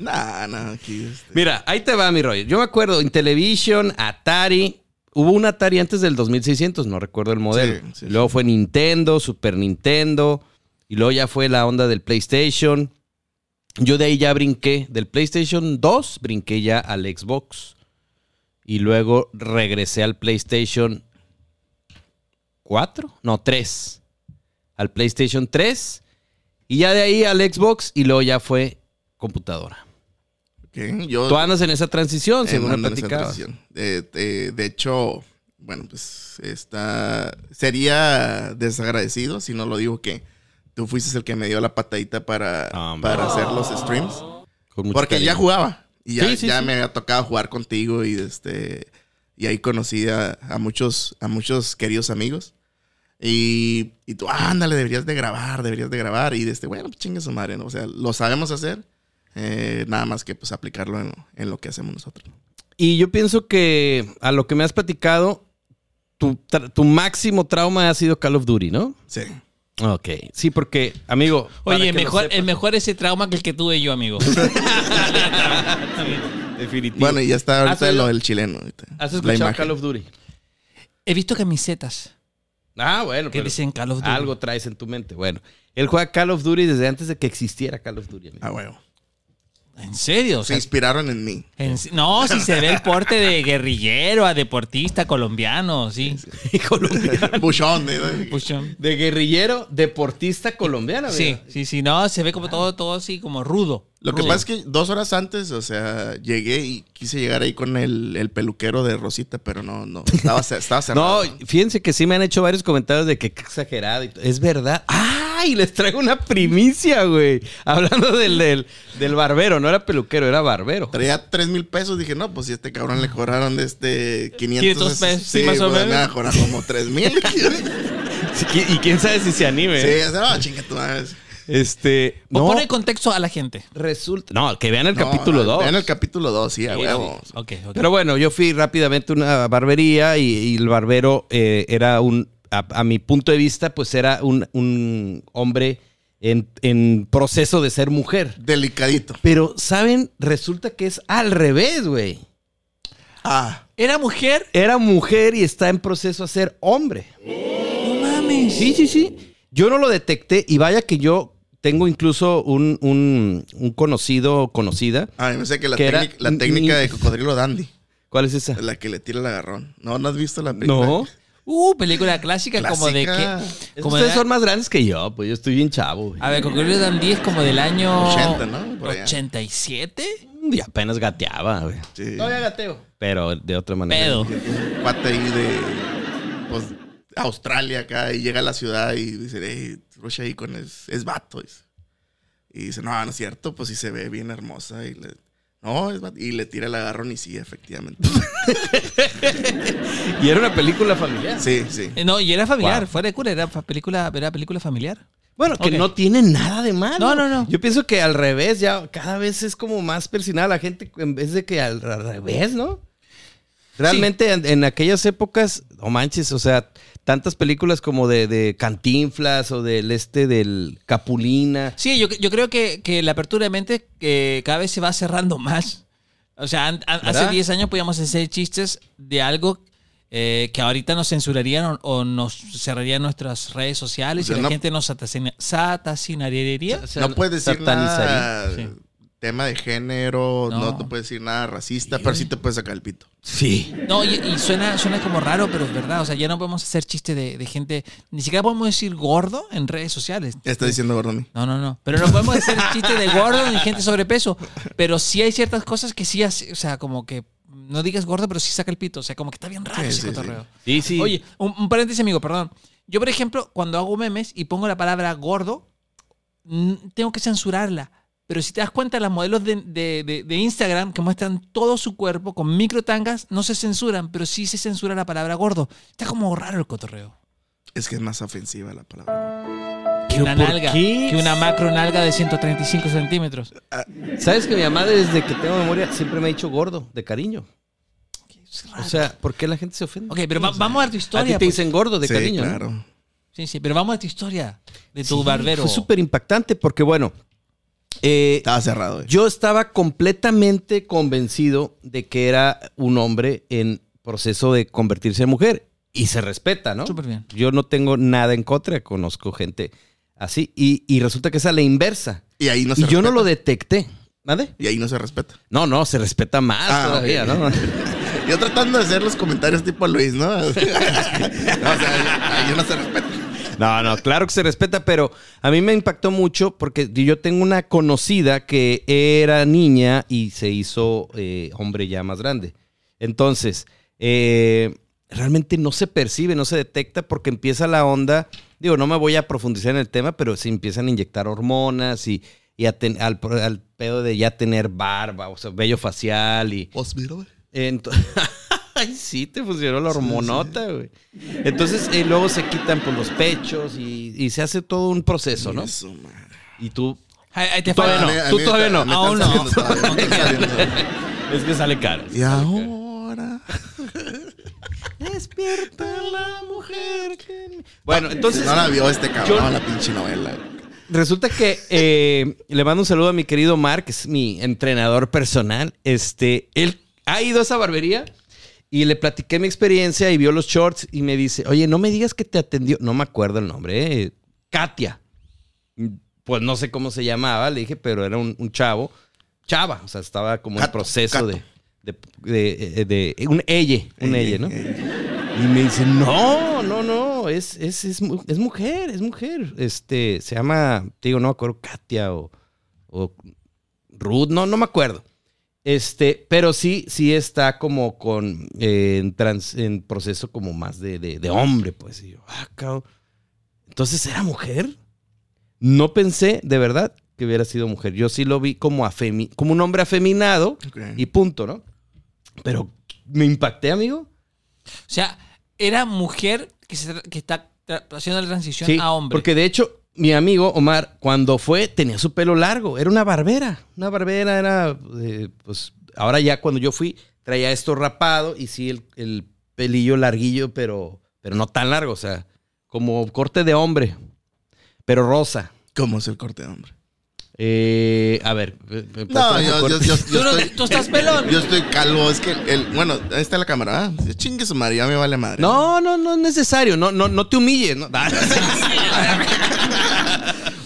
S4: Nah, nah, aquí. este,
S1: Mira, ahí te va mi rollo. Yo me acuerdo, Intellivision, Atari. Hubo un Atari antes del 2600, no recuerdo el modelo.
S4: Sí, sí,
S1: luego fue Nintendo, Super Nintendo. Y luego ya fue la onda del PlayStation. Yo de ahí ya brinqué. Del PlayStation 2 brinqué ya al Xbox. Y luego regresé al PlayStation 4. No, 3. Al PlayStation 3. Y ya de ahí al Xbox. Y luego ya fue computadora.
S4: ok, Yo,
S1: Tú andas en esa transición,
S4: eh,
S1: según me
S4: ando en esa
S1: platicabas.
S4: transición. Eh, eh, de hecho, bueno, pues está. Sería desagradecido si no lo digo que tú fuiste el que me dio la patadita para,
S1: Hombre.
S4: para hacer los streams.
S1: Con Ah, mucho
S4: Porque ya
S1: cariño.
S4: jugaba. Y ya,
S1: Sí, sí,
S4: ya
S1: sí.
S4: me había tocado jugar contigo y este. Y ahí conocí a, a muchos, a muchos queridos amigos. Y, y tú, ándale, deberías de grabar, deberías de grabar. Y de este, bueno, pues chingue su madre, ¿no? O sea, lo sabemos hacer. eh, nada más que pues aplicarlo en, en lo que hacemos nosotros. ¿no?
S1: Y yo pienso que a lo que me has platicado, tu, tra- tu máximo trauma ha sido Call of Duty, ¿no?
S4: Sí.
S1: Ok. Sí, porque, amigo. para
S3: Oye,
S1: que lo
S3: mejor,
S1: sepas,
S3: es mejor ese trauma que el que tuve yo, amigo.
S1: Definitivo.
S4: Bueno, y ya está
S1: ¿Has
S4: ahorita
S1: oído-
S4: lo del chileno. ahorita.
S1: ¿Has
S4: La
S1: escuchado
S4: imagen.
S1: Call of Duty?
S3: He visto camisetas
S1: Ah, bueno.
S3: que
S1: pero
S3: dicen Call of Duty.
S1: algo traes en tu mente. Bueno, él juega Call of Duty desde antes de que existiera Call of Duty, amigo.
S4: Ah, huevo.
S3: ¿En serio? O
S4: Se
S3: sea,
S4: inspiraron en mí.
S3: en- no, si se ve el porte de guerrillero a deportista colombiano, sí.
S1: Colombiano.
S4: Buchón. ¿eh? ¿no?
S3: Puchón.
S1: De guerrillero, deportista colombiano, amigo.
S3: Sí, sí, sí, no, se ve como todo, todo así, como rudo.
S4: Lo que
S3: rudo.
S4: pasa es que dos horas antes, o sea, llegué y quise llegar ahí con el, el peluquero de Rosita, pero no, no, estaba, ce- estaba
S1: No,
S4: cerrado.
S1: fíjense que sí me han hecho varios comentarios de que qué exagerado. y t- es verdad. ¡Ay! Les traigo una primicia, güey. Hablando del, del, del barbero. No era peluquero, era barbero.
S4: Traía tres mil pesos, dije, no, pues si a este cabrón le cobraron de este
S3: 500
S4: 500
S3: pesos, sí,
S4: sí,
S3: más o
S4: pues, me
S3: menos.
S4: va a cobrar como tres mil. sí,
S1: Sí, qui- Y quién sabe si se anime. ¿eh?
S4: o sea, no, chinga tu madre.
S1: Este.
S3: Pues
S1: No,
S3: pone contexto a la gente.
S1: resulta. No, que vean el
S4: No,
S1: capítulo
S4: no,
S1: 2.
S4: En el capítulo 2, sí, a huevo.
S3: Ok, ok.
S1: Pero bueno, yo fui rápidamente a una barbería y, y el barbero eh, era un, a, a mi punto de vista, pues era un, un hombre en- en proceso de ser mujer.
S4: Delicadito.
S1: Pero, ¿saben? Resulta que es al revés, güey.
S4: Ah,
S3: ¿Era mujer?
S1: Era mujer y está en proceso a ser hombre.
S3: No mames.
S1: Sí, sí, sí. Yo no lo detecté y vaya que yo tengo incluso un, un, un conocido o conocida.
S4: a mí me sé Ah, que la,
S1: Que era
S4: técnica, la
S1: ni-
S4: técnica de Cocodrilo Dandy,
S1: ¿Cuál es esa?
S4: la que le tira el agarrón. ¿No, ¿No has visto la película?
S1: No.
S3: Uh, película clásica, como de
S4: Clásica.
S3: que.
S1: Es
S3: Como
S1: que
S3: de
S1: ustedes son más grandes que yo, pues yo estoy bien chavo. güey.
S3: A ver, Cocodrilo Dandy es como del año.
S4: 80, ¿no? Por allá.
S3: 87?
S1: Y apenas gateaba, güey.
S4: Sí.
S1: gateo. Pero de otra manera.
S3: Pedo.
S4: un cuate ahí de pues, Australia acá y llega a la ciudad y dice, hey, Rocha Icon es, es vato. dice. Y dice, no, no es cierto, pues sí se ve bien hermosa. Y le, no, es vato. Y le tira el agarrón y sí, efectivamente.
S1: Y era una película familiar.
S4: Sí, sí.
S3: Eh, No, y era familiar,
S1: Wow.
S3: fuera de cura, era fa- película, era película familiar.
S1: Bueno, que
S3: Ok.
S1: no tiene nada de malo.
S3: No, no, no.
S1: Yo pienso que al revés, ya cada vez es como más persinada la gente en vez de que al, al revés, ¿no? Realmente en, en aquellas épocas, no manches, o sea, tantas películas como de, de Cantinflas o del este del Capulina.
S3: Sí, yo, yo creo que, que la apertura de mente eh, cada vez se va cerrando más. O sea, an- an- hace
S1: ¿Verdad?
S3: 10 años podíamos hacer chistes de algo eh, que ahorita nos censurarían o, o nos cerrarían nuestras redes sociales
S4: O sea,
S3: y la
S4: no-
S3: gente nos satasina- satasinaría.
S1: O sea,
S4: No puedes decir
S1: satanizaría.
S4: nada
S3: sí.
S4: tema de género, no.
S3: No.
S4: te puedes decir nada racista, pero sí te puedes sacar el pito.
S1: Sí.
S3: No, y, y suena, suena como raro, pero es verdad. O sea, ya no podemos hacer chistes de, de gente, ni siquiera podemos decir gordo en redes sociales.
S4: Está diciendo Gordon.
S3: No, no, no. Pero no podemos hacer chistes de gordo ni gente sobrepeso. Pero sí hay ciertas cosas que sí, hace- o sea, como que mm, no digas gorda, pero sí saca el pito. O sea, como que está bien raro
S4: Sí,
S3: ese
S4: sí, sí.
S3: cotorreo.
S1: Sí, sí.
S3: Oye, un, un paréntesis, amigo, perdón. Yo, por ejemplo, cuando hago memes y pongo la palabra gordo, mm, tengo que censurarla. Pero si te das cuenta, las modelos de, de- de- de Instagram que muestran todo su cuerpo con micro tangas no se censuran, pero sí se censura la palabra gordo. Está como raro el cotorreo.
S4: Es que es más ofensiva la palabra.
S3: Que una
S1: ¿por
S3: nalga,
S1: qué?
S3: que una macro nalga de 135 centímetros.
S1: ¿Sabes que mi mamá desde que tengo memoria siempre me ha dicho gordo, de cariño?
S3: Es
S1: O
S3: raro.
S1: sea, ¿por qué la gente se ofende?
S3: ok, pero va- vamos a tu
S1: a ti
S3: historia.
S1: te
S3: pues.
S1: dicen gordo, de
S4: sí,
S1: cariño. ¿no?
S4: claro.
S3: Sí, sí, pero vamos a tu historia de tu
S1: Sí,
S3: barbero.
S1: Fue súper impactante porque, bueno, eh,
S4: Estaba cerrado. eh.
S1: yo estaba completamente convencido de que era un hombre en proceso de convertirse en mujer. Y se respeta, ¿no?
S3: Súper bien.
S1: Yo no tengo nada en contra, conozco gente así. Y, y resulta que es a la inversa.
S4: y ahí no se
S1: y yo no
S4: respeta.
S1: lo detecté. ¿Vale?
S4: Y ahí no se respeta.
S1: No, no, se respeta más
S4: Ah,
S1: todavía,
S4: ok.
S1: ¿no?
S4: Yo tratando de hacer los comentarios tipo Luis, ¿no? no o sea, ahí no se respeta.
S1: No, no, claro que se respeta, pero a mí me impactó mucho porque yo tengo una conocida que era niña y se hizo eh, hombre ya más grande. Entonces, eh, realmente no se percibe, no se detecta porque empieza la onda, digo, no me voy a profundizar en el tema, pero se empiezan a inyectar hormonas y, y a ten- al, pro- al pedo de ya tener barba, o sea, vello facial y...
S4: Pues mira, güey.
S1: Ento- Ay, sí, te funcionó la hormonota, güey. Entonces, eh, luego se quitan por los pechos y, y se hace todo un proceso, ¿no?
S4: Eso, man.
S1: Y tú,
S3: Ay, ay, te
S1: Todavía
S3: falta-
S1: no. tú todavía no,
S3: aún no.
S1: es que sale caro.
S4: Y ahora.
S1: Despierta la mujer Bueno, entonces,
S4: No la vio este cabrón,
S1: yo-
S4: la pinche novela. güey.
S1: resulta que eh, le mando un saludo a mi querido Mark, que es mi entrenador personal. Este, él ha ido a esa barbería y le platiqué mi experiencia y vio los shorts y me dice, oye, no me digas que te atendió, no me acuerdo el nombre, eh, Katia. Pues no sé cómo se llamaba, le dije, pero era un, un chavo, chava, o sea, estaba como en
S4: Cato,
S1: proceso
S4: Cato.
S1: de... De, de- de- de- un ella, un
S4: Eh,
S1: ella, ¿no?
S4: eh,
S1: Y me dice, no, no, no, es, es, es, mu- es mujer, es mujer. Este, se llama, te digo, no me acuerdo, Katia o, o Ruth, no, no me acuerdo. Este, pero sí, sí está como con, eh, en, trans- en proceso como más de, de- de hombre, pues. Y yo, ah, cabrón. Entonces, ¿era mujer? No pensé, de verdad, que hubiera sido mujer. Yo sí lo vi como, afemi como un hombre afeminado
S4: ok.
S1: y punto, ¿no? Pero me impacté, amigo.
S3: O sea, era mujer que, se tra- que está tra- haciendo la transición
S1: Sí,
S3: a hombre.
S1: Porque de hecho, mi amigo Omar, cuando fue, tenía su pelo largo. Era una barbera. Una barbera era. eh, pues ahora ya cuando yo fui, traía esto rapado y sí, el, el pelillo larguillo, pero, pero no tan largo. O sea, como corte de hombre, pero rosa.
S4: ¿Cómo es el corte de hombre?
S1: Eh, a ver. eh, eh,
S4: No,
S1: pásame el
S4: yo, yo,
S1: corte.
S4: yo,
S3: tú,
S4: yo
S3: no-
S4: estoy.
S3: tú estás pelón.
S4: Yo estoy calvo, es que el, bueno, ahí está la cámara, ¿ah? Chingue su madre, ya me vale madre.
S1: No, no, no es necesario. No, no, no te humilles. ¿no?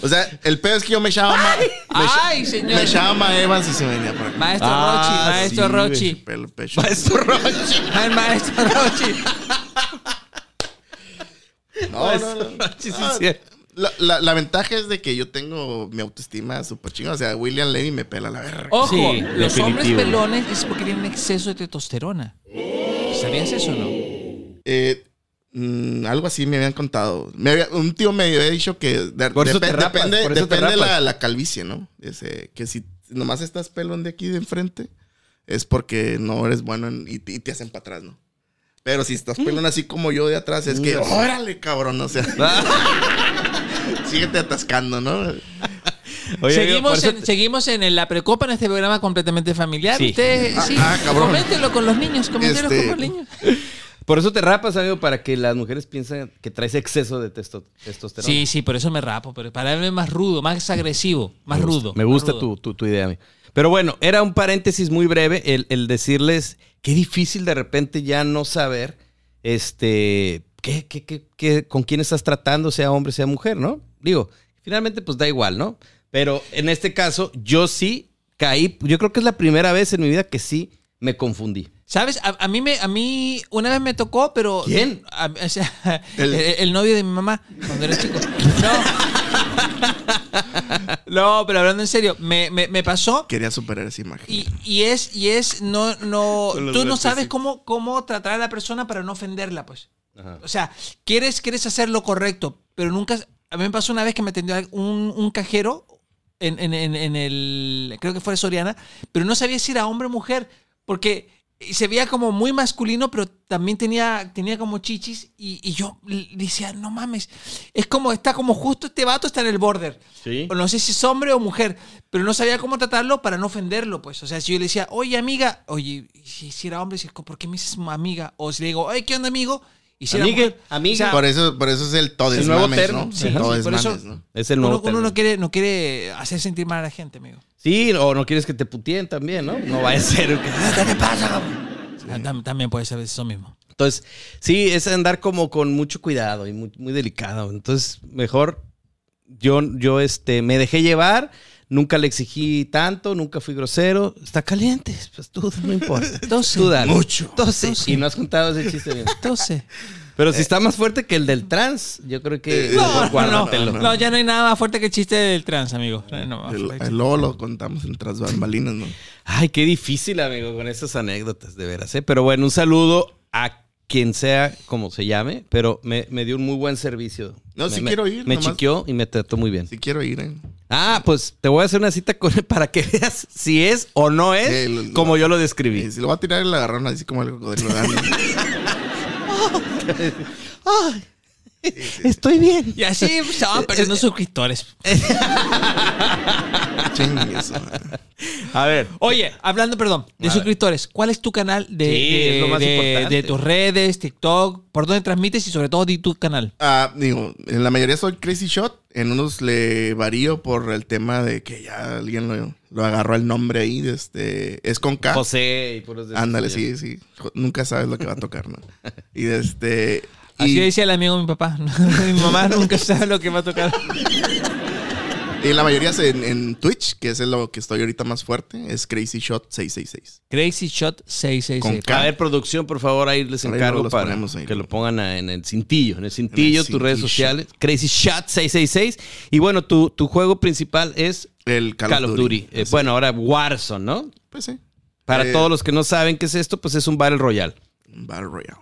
S4: O sea, el pedo es que yo me echaba Ma- me echa-
S3: Ay, señor.
S4: me llama Evans y se venía por acá.
S3: Maestro
S1: Ah,
S3: Rochi, maestro
S4: Sí, güey, su
S3: Rochi.
S4: pelo, pecho.
S1: Maestro Roche.
S3: Ay, maestro Rochi.
S4: No, no, no.
S1: Maestro Rochi, sí,
S4: Ah,
S1: cierto.
S4: La, la- la ventaja es de que yo tengo mi autoestima súper chingada. O sea, William Levy me pela la verga.
S3: Ojo,
S1: Sí,
S3: los hombres
S1: definitivo.
S3: pelones es porque tienen exceso de testosterona. ¿Sabías eso o no?
S4: Eh, mm, algo así me habían contado. Me había- un tío me había dicho que de-
S1: Por eso
S4: depe-
S1: te rapas,
S4: depende,
S1: por eso te
S4: depende la,
S1: rapas.
S4: la calvicie, ¿no? Ese, que si nomás estás pelón de aquí de enfrente, es porque no eres bueno en- y, te- y te hacen para atrás, ¿no? Pero si
S1: Mm.
S4: estás pelón así como yo de atrás, es que órale, cabrón, o sea, síguete atascando, ¿no?
S1: Oye, amigo, por
S3: seguimos,
S1: eso
S3: en,
S1: te-
S3: seguimos en el- la precopa en este programa completamente familiar.
S1: Sí.
S3: Usted,
S4: Ah,
S3: sí,
S4: ah, cabrón.
S3: coméntelo con los niños, coméntelo con
S4: Este-
S3: los niños.
S1: Por eso te rapas, amigo, para que las mujeres piensen que traes exceso de testo- testosterona.
S3: Sí, sí, por eso me rapo, pero para verme más rudo, más agresivo, más
S1: me gusta,
S3: rudo.
S1: Me
S3: más
S1: gusta
S3: rudo.
S1: tu, tu- tu idea, amigo. Pero bueno, era un paréntesis muy breve el, el decirles qué difícil de repente ya no saber este, qué, qué- qué- qué- con quién estás tratando, sea hombre, sea mujer, ¿no? Digo, finalmente pues da igual, ¿no? Pero en este caso yo sí caí, yo creo que es la primera vez en mi vida que sí me confundí.
S3: ¿Sabes? A, a mí me, a mí una vez me tocó, pero.
S1: ¿Quién?
S3: A- o sea,
S4: El-
S3: el, el novio de mi mamá, cuando era chico. No. No, pero hablando en serio, me, me- me pasó
S4: Quería superar esa imagen.
S3: y, y es, y es, no, no,
S1: Con los
S3: tú no
S1: brazos,
S3: sabes
S1: sí.
S3: cómo, cómo tratar a la persona para no ofenderla, pues.
S1: Ajá.
S3: O sea, quieres, quieres hacer lo correcto, pero nunca. A mí me pasó una vez que me atendió un, un cajero en, en- en- en el. Creo que fue Soriana, pero no sabía si era hombre o mujer, porque se veía como muy masculino, pero también tenía, tenía como chichis. Y, y yo le decía, no mames, es como, está como justo este vato está en el border.
S1: Sí.
S3: O No sé si es hombre o mujer, pero no sabía cómo tratarlo para no ofenderlo, pues. O sea, si yo le decía, oye, amiga, oye, y si, si era hombre, si, ¿por qué me dices amiga? O si le digo, oye, ¿qué onda, amigo? Y si era
S1: Amigue,
S3: mujer,
S1: amiga.
S4: Por eso, por eso es el todo
S1: El
S4: es
S1: nuevo
S4: mames,
S1: termo.
S4: ¿no?
S1: Sí,
S4: El
S1: ajá,
S4: todo
S3: sí,
S4: es
S3: por eso-
S4: mames, ¿no?
S1: Es el nuevo
S3: uno, uno
S1: término.
S3: no, quiere, no quiere hacer sentir mal a la gente, amigo.
S1: Sí, o no quieres que te putien también, ¿no? No vaya a ser. que, "Ah, ¿Qué te pasa?
S3: Ah, tam- También puede ser eso mismo.
S1: Entonces, sí, es andar como con mucho cuidado y muy, muy delicado. Entonces, mejor yo, yo este, me dejé llevar, nunca le exigí tanto, nunca fui grosero. Está caliente, pues tú no importa.
S3: Doce.
S1: Tú dale.
S4: Mucho.
S1: Doce. Y no has contado ese chiste Eh, bien.
S3: Entonces.
S1: Pero si está más fuerte que el del trans, yo creo que
S3: No, no, no,
S1: guárdatelo.
S3: no, ya no hay nada más fuerte que el chiste del trans, amigo. No, no, más
S4: El,
S3: fuerte.
S4: el luego lo contamos en tras bambalinas, ¿no?
S1: Ay, qué difícil, amigo, con esas anécdotas, de veras, ¿eh? Pero bueno, un saludo a quien sea como se llame, pero me, me dio un muy buen servicio.
S4: No,
S1: me,
S4: sí
S1: me-
S4: quiero ir,
S1: Me
S4: nomás.
S1: chiqueó y me trató muy bien.
S4: Si quiero ir, ¿eh?
S1: Ah, pues te voy a hacer una cita con él para que veas si es o no es
S4: Sí, lo- lo-
S1: como yo lo describí.
S4: Eh, si lo va a tirar, el agarraron así como el cocodrilo. ¿verdad?
S1: Estoy bien.
S3: Y así se van perdiendo suscriptores.
S4: Ah, Chingue su madre.
S1: A ver.
S3: Oye, hablando, perdón, de
S1: A ver.
S3: suscriptores, ¿cuál es tu canal de,
S1: Sí,
S3: de-
S1: es lo más
S3: de-
S1: importante.
S3: de tus redes, TikTok? ¿Por dónde transmites y sobre todo de tu canal?
S4: Ah, digo, en la mayoría soy Crazy Shot. En unos le varío por el tema de que ya alguien lo, lo agarró el nombre ahí. de este, es con K.
S1: José y puros de este esos
S4: Ándale,
S1: señores.
S4: sí, sí. Jo- Nunca sabes lo que va a tocar, ¿no? Y de este.
S3: Así
S4: Y,
S3: decía el amigo de mi papá. mi mamá nunca sabe lo que va a tocar.
S4: y la mayoría es en, en Twitch, que es lo que estoy ahorita más fuerte. Es Crazy Shot 666.
S3: Crazy Shot 666.
S4: Con
S1: A ver, producción, por favor, ahí les
S4: Ahí
S1: encargo
S4: los
S1: para
S4: ponemos ahí.
S1: que lo pongan a- en el cintillo, en el cintillo, tus redes
S4: cintillo.
S1: sociales, Crazy Shot 666. Y bueno, tu, tu juego principal es
S4: El
S1: Call,
S4: Call,
S1: of Duty. Eh,
S4: Así.
S1: bueno, ahora Warzone, ¿no?
S4: Pues sí.
S1: Para
S4: Eh,
S1: todos los que no saben qué es esto, pues es un Battle Royale.
S4: Battle Royale.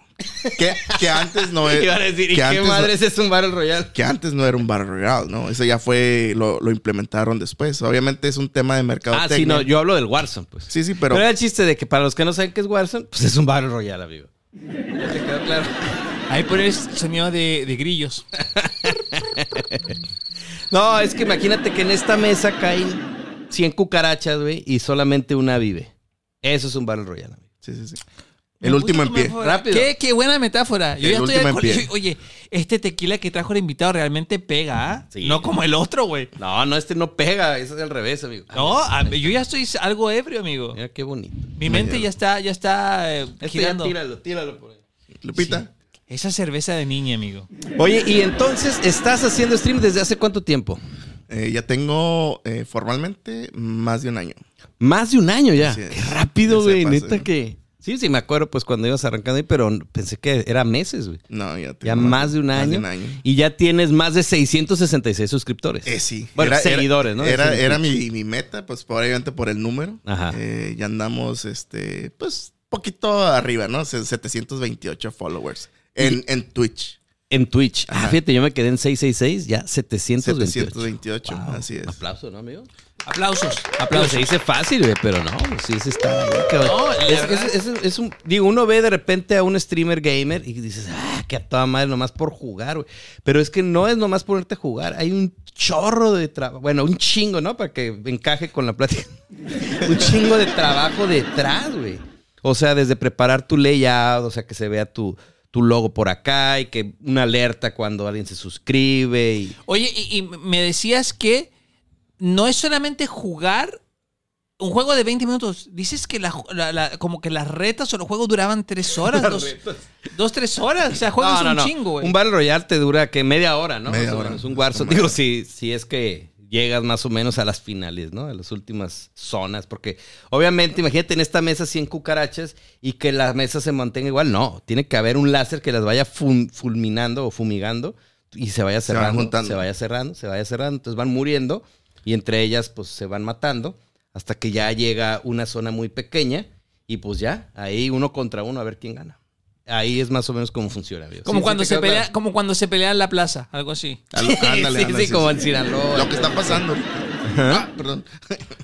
S4: que, que antes no era.
S1: Iban a decir, ¿y
S4: que
S1: qué
S4: antes no-
S1: madres es un Battle Royale?
S4: que antes no era un Battle Royale, ¿no? Eso ya fue, lo, lo implementaron después. Obviamente es un tema de mercado.
S1: Ah, sí, no, yo hablo del Warzone, pues.
S4: Sí, sí,
S1: pero,
S4: pero,
S1: era el chiste de que para los que no saben qué es Warzone, pues es un Battle Royale, amigo. ¿Te quedó claro?
S3: Ahí pones sonido de, de grillos.
S1: No, es que imagínate que en esta mesa caen 100 cucarachas, güey, y solamente una vive. Eso es un Battle Royale, amigo.
S4: sí, sí, sí. El último en pie.
S1: Rápido.
S3: Rápido. ¿Qué, qué buena metáfora. Yo
S4: El
S3: ya estoy
S4: último en
S3: alcohol-
S4: pie.
S3: Oye, este tequila que trajo el invitado realmente pega, ¿ah?
S1: Sí.
S3: No como el otro, güey.
S1: No, no, este no pega, eso es al revés, amigo.
S3: No, a- yo ya estoy algo ebrio, amigo.
S1: Mira qué bonito.
S3: Mi mente ya está, ya está eh,
S1: Este ya
S3: girando.
S1: tíralo, tíralo por ahí.
S4: Lupita,
S3: Esa cerveza de niña, amigo.
S1: Oye, y entonces, ¿estás haciendo stream desde hace cuánto tiempo?
S4: eh, ya tengo eh, formalmente más de un año.
S1: Más de un año ya.
S4: Sí,
S1: Qué rápido,
S4: ya se
S1: güey.
S4: pasa,
S1: Neta
S4: ¿no?
S1: que. Sí, sí, me acuerdo, pues cuando ibas arrancando ahí, pero pensé que era meses, güey.
S4: No, ya tengo
S1: Ya más de un año. Y ya tienes más de 666 suscriptores.
S4: Eh, sí.
S1: Bueno,
S4: Era- era-
S1: seguidores, ¿no?
S4: Era,
S1: Sí.
S4: era mi, mi meta, pues obviamente por el número.
S1: Ajá.
S4: Eh, ya andamos, este, pues poquito arriba, ¿no? Se- 728 followers en, en Twitch.
S1: En Twitch. Ah,
S4: Ajá.
S1: fíjate, yo me quedé en 666, ya 728.
S4: 728,
S1: Wow.
S4: así es.
S1: Aplauso, ¿no, amigo?
S3: Aplausos,
S1: Aplauso.
S3: aplausos.
S1: Se dice fácil, güey, pero no, sí se está.
S3: No, la
S1: es,
S3: verdad-
S1: es- es- es un, digo, uno ve de repente a un streamer gamer y dices, ah, que a toda madre nomás por jugar, güey. Pero es que no es nomás ponerte a jugar, hay un chorro de trabajo, bueno, un chingo, ¿no? Para que encaje con la plática. un chingo de trabajo detrás, güey. O sea, desde preparar tu layout, o sea, que se vea tu, tu logo por acá y que una alerta cuando alguien se suscribe y...
S3: Oye, y, y me decías que no es solamente jugar un juego de 20 minutos. Dices que la- la- la- como que las retas o los juegos duraban 3 horas. dos, dos, tres horas. O sea, juegas
S1: No, no,
S3: un
S1: no.
S3: chingo, güey.
S1: Un Battle Royale te dura que media hora, ¿no?
S4: Media
S1: Más o
S4: hora.
S1: menos, un Warzone. Digo, si, si es que llegas más o menos a las finales, ¿no? A las últimas zonas. Porque, obviamente, imagínate en esta mesa 100 cucarachas y que la mesa se mantenga igual. No, tiene que haber un láser que las vaya fun- fulminando o fumigando y se vaya
S4: Se van
S1: cerrando, se,
S4: juntando.
S1: vaya cerrando, se vaya cerrando, entonces van muriendo y entre ellas pues se van matando hasta que ya llega una zona muy pequeña y pues ya, ahí uno contra uno a ver quién gana. Ahí es más o menos cómo funciona. amigo.
S3: Como,
S4: sí,
S3: cuando
S4: te
S3: se
S4: quedó
S3: pelea,
S4: claro.
S3: como cuando se pelea en la plaza, algo así.
S4: Al- ándale,
S1: sí,
S4: ándale,
S1: sí, como en Sinaloa.
S4: Lo que está pasando. Ah, perdón.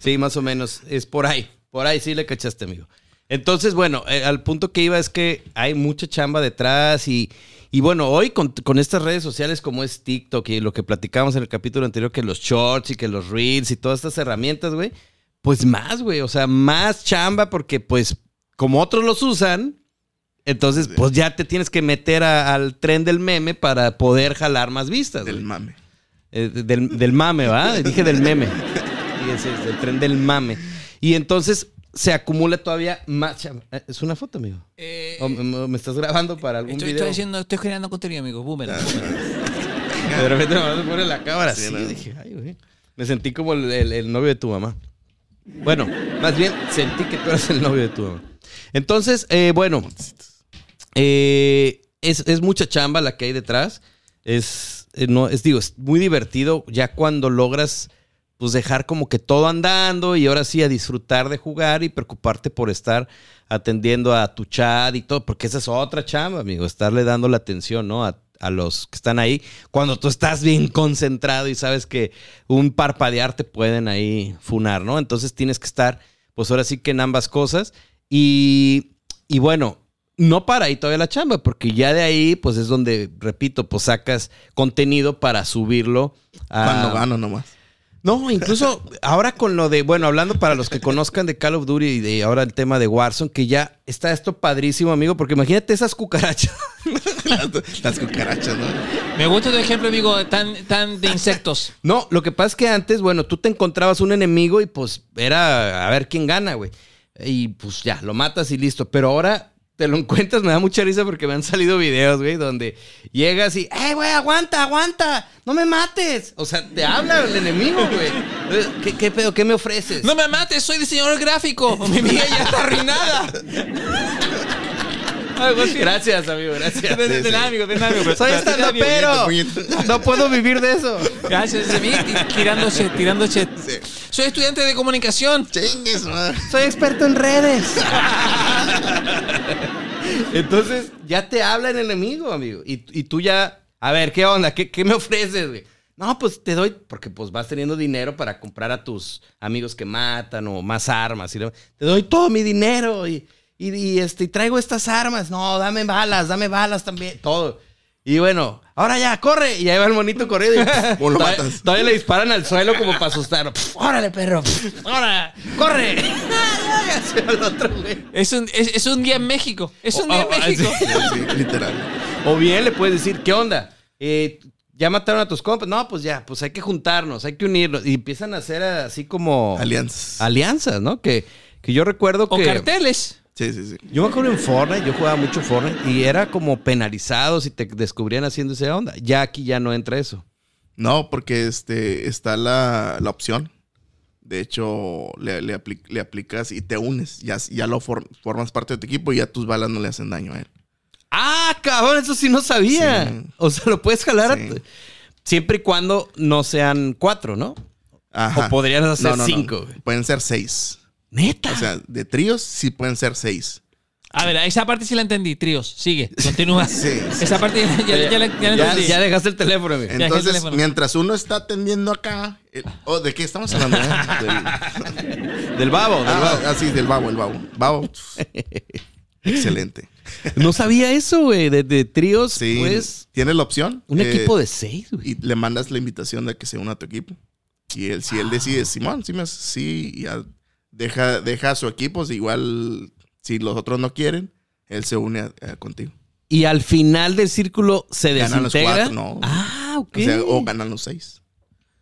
S1: Sí, más o menos. Es por ahí. Por ahí sí le cachaste, amigo. Entonces, bueno, eh, al punto que iba es que hay mucha chamba detrás y, y bueno, hoy con, con estas redes sociales como es TikTok y lo que platicábamos en el capítulo anterior, que los shorts y que los reels y todas estas herramientas, güey, pues más, güey, o sea, más chamba porque pues como otros los usan, entonces pues ya te tienes que meter a- al tren del meme para poder jalar más vistas.
S4: Del
S1: Ah, güey.
S4: mame.
S1: Eh, del, del mame, ¿va? Dije del meme. Fíjense, es del tren del mame. Y entonces se acumula todavía más. chamba. Eh, Es una foto, amigo.
S3: Eh,
S1: ¿O me, me estás grabando para algún
S3: estoy,
S1: video?
S3: estoy haciendo- estoy generando contenido, amigo. Boomerang.
S1: De repente me pone la cámara
S4: Sí,
S1: así.
S4: ¿no?
S1: Dije, ay, güey. Me sentí como el, el- el novio de tu mamá. Bueno, más bien sentí que tú eras el novio de tu mamá. Entonces, eh, bueno, eh, es, es mucha chamba la que hay detrás. Es, eh, no, es, digo, es muy divertido ya cuando logras pues dejar como que todo andando y ahora sí a disfrutar de jugar y preocuparte por estar atendiendo a tu chat y todo, porque esa es otra chamba, amigo, estarle dando la atención, ¿no? A, a los que están ahí, cuando tú estás bien concentrado y sabes que un parpadear te pueden ahí funar, ¿no? Entonces tienes que estar, pues ahora sí que en ambas cosas. Y, y bueno, no para ahí todavía la chamba, porque ya de ahí, pues es donde, repito, pues sacas contenido para subirlo a...
S4: Cuando gano nomás.
S1: No, incluso ahora con lo de, bueno, hablando para los que conozcan de Call of Duty y de ahora el tema de Warzone, que ya está esto padrísimo, amigo, porque imagínate esas cucarachas.
S4: Las, las cucarachas, ¿no?
S3: Me gusta tu ejemplo, amigo, tan, tan de insectos.
S1: No, lo que pasa es que antes, bueno, tú te encontrabas un enemigo y pues era a ver quién gana, güey. Y pues ya, lo matas y listo. Pero ahora te lo encuentras, me da mucha risa porque me han salido videos, güey, donde llegas y, ¡eh, güey, aguanta, aguanta! ¡No me mates! O sea, te habla el enemigo, güey. Entonces, ¿Qué, qué pedo? ¿Qué me ofreces?
S3: No me mates, soy diseñador gráfico. Mi vida ya está arruinada. Algo así.
S1: Gracias, amigo, gracias.
S3: De, de- de nada, amigo, de nada, amigo.
S1: Soy estandapero.
S4: puñeto, puñeto.
S1: No puedo vivir de eso.
S3: Gracias, a mí, ti- tirando chet, tirando chet.
S4: Sí.
S3: Soy estudiante de comunicación.
S4: Chingues, madre.
S1: Soy experto en redes. Entonces, ya te habla el enemigo, amigo. Y, y tú ya, a ver, ¿qué onda? ¿Qué, qué me ofreces, güey? No, pues te doy, porque pues vas teniendo dinero para comprar a tus amigos que matan o más armas. Y lo- te doy todo mi dinero y, y, y, este, y traigo estas armas. No, dame balas, dame balas también, todo. Y bueno, ahora ya, corre. Y ahí va el monito corriendo. Y,
S4: O lo
S1: todavía,
S4: matas.
S1: todavía le disparan al suelo como para asustarlo. Pf, órale, perro. pf, órale, corre. Y así al otro, güey.
S3: Es un, es, es un día en México. Es un día en
S1: Oh, oh,
S3: México.
S1: sí.
S4: Sí, literal.
S1: O bien le puedes decir, ¿qué onda? Eh, ya mataron a tus compas. No, pues ya, pues hay que juntarnos, hay que unirnos. Y empiezan a hacer así como
S4: Alianzas.
S1: Ah. alianzas, ¿no? Que, que yo recuerdo
S3: O
S1: que.
S3: carteles.
S4: Sí, sí, sí.
S1: Yo me acuerdo en Fortnite, yo jugaba mucho Fortnite y era como penalizado si te descubrían haciendo esa onda. Ya aquí ya no entra eso.
S4: No, porque este está la, la opción. De hecho, le, le apli- le aplicas y te unes. Ya, ya lo for- formas parte de tu equipo y ya tus balas no le hacen daño a él.
S1: Ah, cabrón, eso sí no sabía.
S4: Sí.
S1: O sea, lo puedes jalar a-
S4: Sí.
S1: siempre y cuando no sean cuatro, ¿no?
S4: Ajá.
S1: O podrían hacer cinco, güey.
S4: Pueden ser seis.
S1: Neta.
S4: O sea, de tríos sí pueden ser seis.
S3: A ver, esa parte sí la entendí. Tríos, sigue. Continúa.
S4: Sí, sí,
S3: esa parte ya, ya- ya la- ya la
S1: Ya-
S3: entendí.
S1: ya dejaste el teléfono, amigo.
S3: el
S4: Entonces,
S3: teléfono.
S4: mientras uno está atendiendo acá. el- oh, ¿De qué estamos hablando? eh? Del-
S1: Del babo, del
S4: Ah,
S1: babo.
S4: ah, sí, del babo, el babo. Babo. pues, Excelente.
S1: No sabía eso, güey. De, de tríos,
S4: Sí.
S1: pues.
S4: Tienes la opción.
S1: Un
S4: eh,
S1: equipo de seis, güey.
S4: Y le mandas la invitación de que se una a tu equipo. Y él, si él
S1: Ah.
S4: decide, Simón, sí, me hace- sí, y ya deja, deja a su equipo. si igual, si los otros no quieren, él se une a- a- contigo.
S1: Y al final del círculo se
S4: Ganan los
S1: desintegra.
S4: cuatro, no.
S1: Ah, ok.
S4: O sea, o ganan los seis.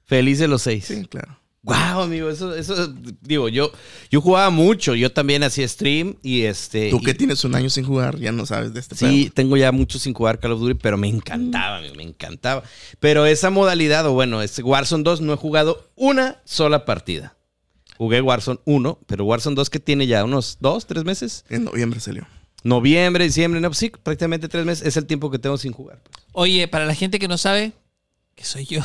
S1: Felices los seis.
S4: Sí, claro.
S1: Wow, amigo, eso, eso, digo, yo, yo jugaba mucho, yo también hacía stream y este.
S4: Tú
S1: y-
S4: que tienes un año sin jugar, ya no sabes de este
S1: Sí, tengo ya mucho sin jugar Call of Duty, pero me encantaba, amigo, me encantaba. Pero esa modalidad, o bueno, este Warzone 2 no he jugado una sola partida. Jugué Warzone 1, pero Warzone 2 que tiene ya unos dos, tres meses.
S4: pedo. En noviembre salió.
S1: Noviembre, diciembre, no, pues sí, prácticamente tres meses es el tiempo que tengo sin jugar. pues.
S3: Oye, para la gente que no sabe, que soy yo.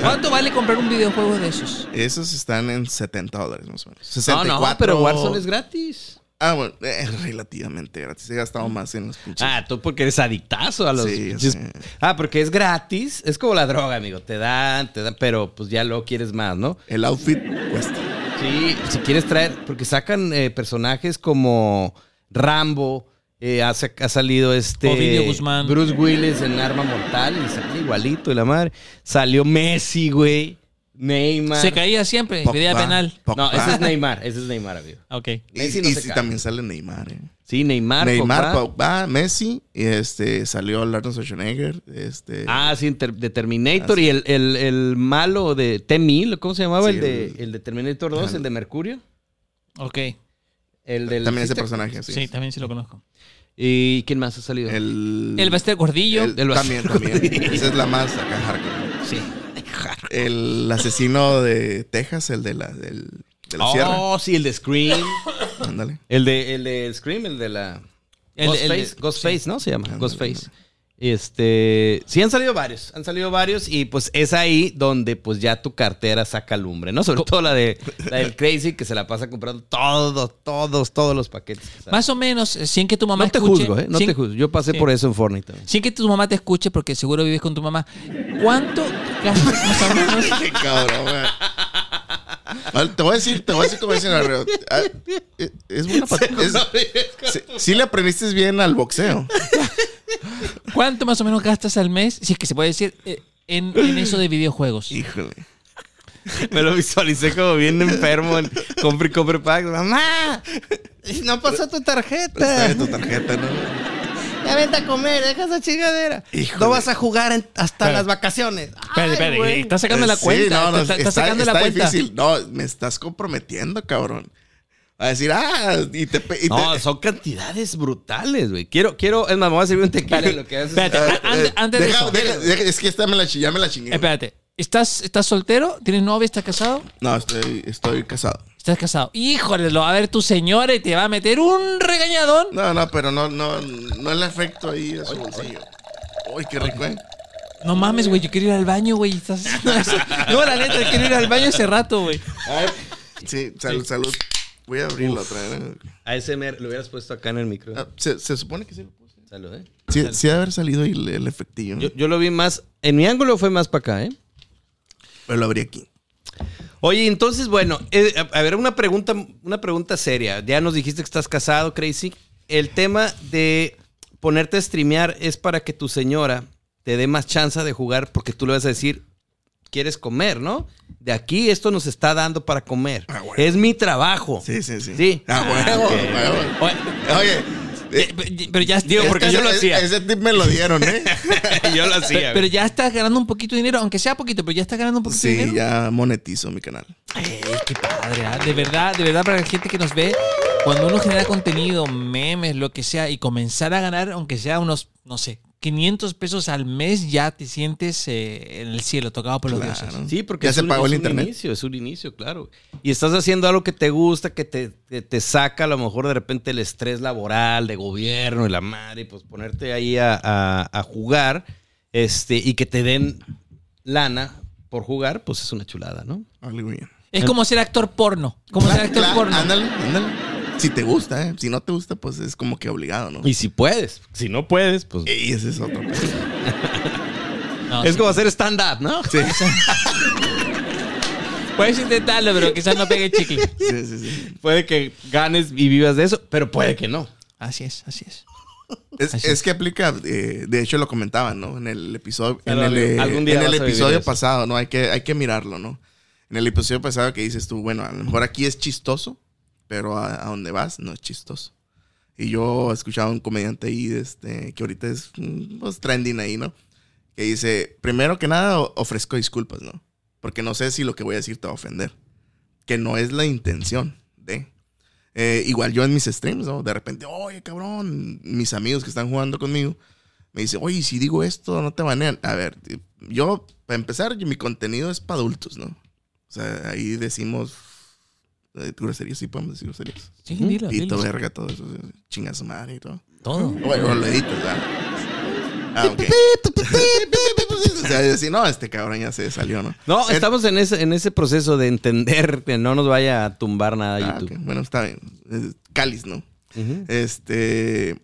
S3: ¿Cuánto vale comprar un videojuego de esos?
S4: Esos están en 70 dólares más o menos.
S1: No,
S4: 64.
S1: no, pero Warzone es gratis.
S4: Ah, bueno, eh, relativamente gratis. He gastado más en los pinches.
S1: Ah, tú porque eres adictazo a los.
S4: Sí,
S1: pinches-
S4: sí.
S1: Ah, porque es gratis. Es como la droga, amigo. Te dan, te dan, pero pues ya lo quieres más, ¿no?
S4: El outfit cuesta.
S1: Sí, si quieres traer, porque sacan eh, personajes como Rambo, eh, ha, sa- ha salido este
S3: Ovidio Guzmán.
S1: Bruce Willis en Arma Mortal y sale igualito y la madre. Salió Messi, güey. Neymar.
S3: Se caía siempre, pedía
S4: Pogba,
S3: penal.
S4: Pogba.
S1: No, ese es Neymar, ese es Neymar, amigo.
S3: Ok.
S4: Y,
S1: Messi no
S4: y
S1: se
S4: sí,
S1: cae.
S4: también sale Neymar, eh.
S1: Sí, Neymar.
S4: Neymar,
S1: Pogba.
S4: Pogba, Messi, y este, salió Arnold Schwarzenegger, este...
S1: Ah, sí, Inter- de Terminator y el, el- el malo de T-1000, ¿cómo se llamaba?
S4: Sí,
S1: el, de,
S4: el-
S1: el de Terminator 2, el de Mercurio.
S3: Ok.
S1: El del
S4: también ese
S1: ¿sí te-
S4: personaje, sí.
S3: Sí, también sí lo conozco.
S1: ¿Y quién más ha salido?
S4: El...
S3: El Bester Gordillo.
S4: el-
S1: el-
S4: también, también. Esa es la más acá hardcore.
S1: sí.
S4: El asesino de Texas, el de la, del- de la sierra.
S1: Oh, sí, el de Scream.
S4: Ándale.
S1: El de, el de Scream, el de la.
S3: El-
S1: Ghostface,
S3: el de-
S1: Ghostface, ¿no? Se llama.
S4: Ándale,
S1: Ghostface. Este. Sí, han salido varios. Han salido varios. Y pues es ahí donde pues ya tu cartera saca lumbre, ¿no? Sobre todo la de la del Crazy, que se la pasa comprando todos, todos, todos los paquetes. que salen.
S3: Más o menos, eh, sin que tu mamá
S1: no te
S3: escuche-
S1: juzgo, ¿eh? No
S3: sin-
S1: te juzgo. Yo pasé
S3: sí.
S1: por eso en Fortnite también.
S3: Sin que tu mamá te escuche, porque seguro vives con tu mamá. ¿Cuánto gastas más o menos?
S4: Qué cabrón, güey. Vale, te voy a decir, te voy a decir, te voy a decir, Arreo. Ah, eh, Es buena pata- es- sí, sí le aprendiste bien al boxeo.
S3: ¿Cuánto más o menos gastas al mes? Si es que se puede decir eh, en, en eso de videojuegos.
S4: Híjole.
S1: Me lo visualicé como bien enfermo en compre y compre pack. ¡Mamá! No pasó tu tarjeta.
S4: Trae tu tarjeta, ¿no?
S1: Ya vente a comer, deja esa chingadera.
S4: Híjole.
S1: No vas a jugar en- hasta
S3: Espera.
S1: las vacaciones.
S3: Espérate, espérate,
S1: güey.
S3: estás sacando la
S4: Eh, Sí,
S3: cuenta.
S4: no, no,
S3: está, está sacando
S4: está
S3: la cuenta.
S4: difícil. No, me estás comprometiendo, cabrón. A decir, ah, y te. pe- y
S1: No,
S4: te-
S1: son cantidades brutales, güey. Quiero, quiero, es más, me voy a servir un tequila. Lo que haces.
S3: Espérate,
S4: Ah,
S3: an-
S4: eh,
S3: antes de
S4: deja-
S3: eso.
S4: deja- deja- es que esta me la, chi- ya me la chingué.
S3: Espérate. ¿Estás, ¿Estás soltero? ¿Tienes novia? ¿Estás casado?
S4: No, estoy, estoy casado.
S3: Estás casado. Híjole, lo va a ver tu señora y te va a meter un regañadón.
S4: No, no, pero no, no, no le afecto ahí a su bolsillo. Uy, qué rico, eh.
S3: No mames, güey, yo quiero ir al baño, güey. Estás haciendo eso. No, la neta, quiero ir al baño ese rato, güey.
S4: Ay, sí, salud, salud. Voy a abrirlo otra vez.
S1: A ese lo hubieras puesto acá en el micro.
S4: Ah, Se, se supone que sí lo puse.
S1: Salud, eh.
S4: Sí, sí debe haber salido el, el efectillo. ¿no?
S1: Yo, yo lo vi más. En mi ángulo fue más para acá, ¿eh?
S4: Pero lo abrí aquí.
S1: Oye, entonces, bueno, eh, a- a ver, una pregunta, una pregunta seria. Ya nos dijiste que estás casado, Crazy. El tema de ponerte a streamear es para que tu señora te dé más chance de jugar porque tú le vas a decir, quieres comer, ¿no? De aquí esto nos está dando para comer.
S4: Ah, bueno.
S1: Es mi trabajo.
S4: Sí, sí, sí.
S1: Sí.
S4: Ah, huevo,
S1: ok.
S4: huevo.
S3: Oye,
S4: Oye. eh,
S3: eh, pe- pero ya, digo, porque
S4: ese-
S3: yo lo hacía.
S4: Ese tip me lo dieron, ¿eh?
S1: Yo lo
S3: Pe-
S1: hacía.
S3: Pero ya estás ganando un poquito de dinero, aunque sea poquito, pero ya estás ganando un poquito de
S4: Sí,
S3: dinero.
S4: ya monetizo mi canal.
S3: Ey, qué padre, ¿ah? De verdad, de verdad, para la gente que nos ve, cuando uno genera contenido, memes, lo que sea, y comenzar a ganar, aunque sea unos, no sé, 500 pesos al mes, ya te sientes eh, en el cielo, tocado por los dioses.
S1: Sí, porque
S4: ya
S1: es
S4: se
S1: un-
S4: pagó
S1: es
S4: el
S1: un
S4: internet.
S1: inicio, es un inicio, claro. Y estás haciendo algo que te gusta, que te, te- te saca a lo mejor de repente el estrés laboral, de gobierno y la madre, y pues ponerte ahí a, a- a jugar este, y que te den lana por jugar, pues es una chulada, ¿no?
S4: Aleluya.
S3: Es como ser actor porno. Como ser actor
S4: Claro,
S3: este porno.
S4: Ándale, ándale. Si te gusta, ¿eh? Si no te gusta, pues es como que obligado, ¿no?
S1: Y si puedes, si no puedes, pues...
S4: Y ese es otro. pedo.
S3: No,
S1: Es
S3: sí.
S1: como hacer stand-up, ¿no?
S4: Sí,
S3: Puedes intentarlo, pero quizás no pegue chicle.
S4: sí, sí. sí.
S1: Puede que ganes y vivas de eso, pero puede que no.
S3: Así es, así es.
S4: Es,
S3: Así
S4: es que aplica, eh, de hecho lo comentaban, ¿no? En el episodio,
S1: Pero
S4: en el, eh,
S1: algún día
S4: en el
S1: vas a vivir
S4: episodio
S1: eso.
S4: pasado, ¿no? Hay que, hay que mirarlo, ¿no? En el episodio pasado que dices tú, bueno, a lo mejor aquí es chistoso, pero a, a donde vas no es chistoso. Y yo escuchaba a un comediante ahí, este, que ahorita es mm, pues, trending ahí, ¿no? Que dice, primero que nada o- ofrezco disculpas, ¿no? Porque no sé si lo que voy a decir te va a ofender. Que no es la intención de... Eh, igual yo en mis streams, ¿no? De repente, oye, cabrón, mis amigos que están jugando conmigo me dicen, oye, si digo esto, no te banean. A ver, t- yo, para empezar, yo- mi contenido es para adultos, ¿no? O sea, ahí decimos eh, Groserías, sí podemos decir groserías.
S5: Sí, dilo,
S4: Pito,
S5: dilo.
S4: verga, todo eso. sí, sí. Chinga su madre y todo.
S5: Todo.
S4: Bueno, lo editas, ¿verdad? Ah, ok. O sea, decir, no, este cabrón ya se salió, ¿no?
S1: No,
S4: El-
S1: estamos en ese, en ese proceso de entender que no nos vaya a tumbar nada
S4: Ah,
S1: YouTube.
S4: ok. Bueno, está bien. Es Cáliz, ¿no?
S1: Ujú.
S4: Este.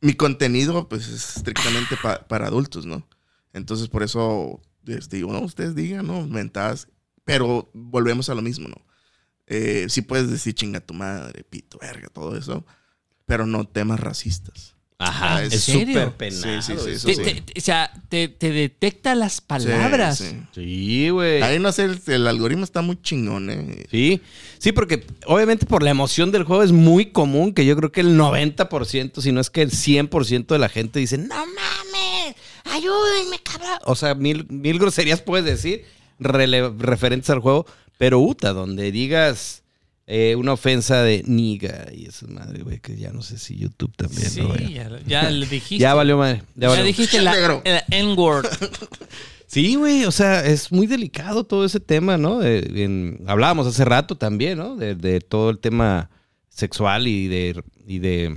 S4: Mi contenido, pues, es estrictamente pa- para adultos, ¿no? Entonces, por eso les digo, no, ustedes digan, ¿no? Mentadas. Pero volvemos a lo mismo, ¿no? Eh, sí puedes decir chinga tu madre, pito, verga, todo eso. Pero no temas racistas.
S1: Ajá,
S4: Ah, ¿en
S1: es
S5: serio?
S1: súper penado.
S4: Sí, sí, sí,
S1: eso.
S3: Te-
S4: sí.
S3: te- te- o sea, te, te detecta las
S4: Sí,
S3: palabras.
S4: sí.
S1: Sí, güey.
S4: Ahí no sé, el, el algoritmo está muy chingón, ¿eh?
S1: Sí, sí, porque obviamente por la emoción del juego es muy común que yo creo que el 90%, si no es que el 100% de la gente dice, no mames, ayúdenme, cabrón. O sea, mil, mil groserías puedes decir rele- referentes al juego, pero Uta, donde digas eh, una ofensa de niga y esa madre, güey, que ya no sé si YouTube también.
S5: Sí,
S1: ¿no, güey?
S5: ya, lo- ya le dijiste.
S1: ya valió madre. Ya
S3: Ya,
S1: valió.
S3: dijiste la,
S4: Negro.
S3: la N-word.
S1: Sí, güey, o sea, es muy delicado todo ese tema, ¿no? De- en- hablábamos hace rato también, ¿no? De, de todo el tema sexual y de, y de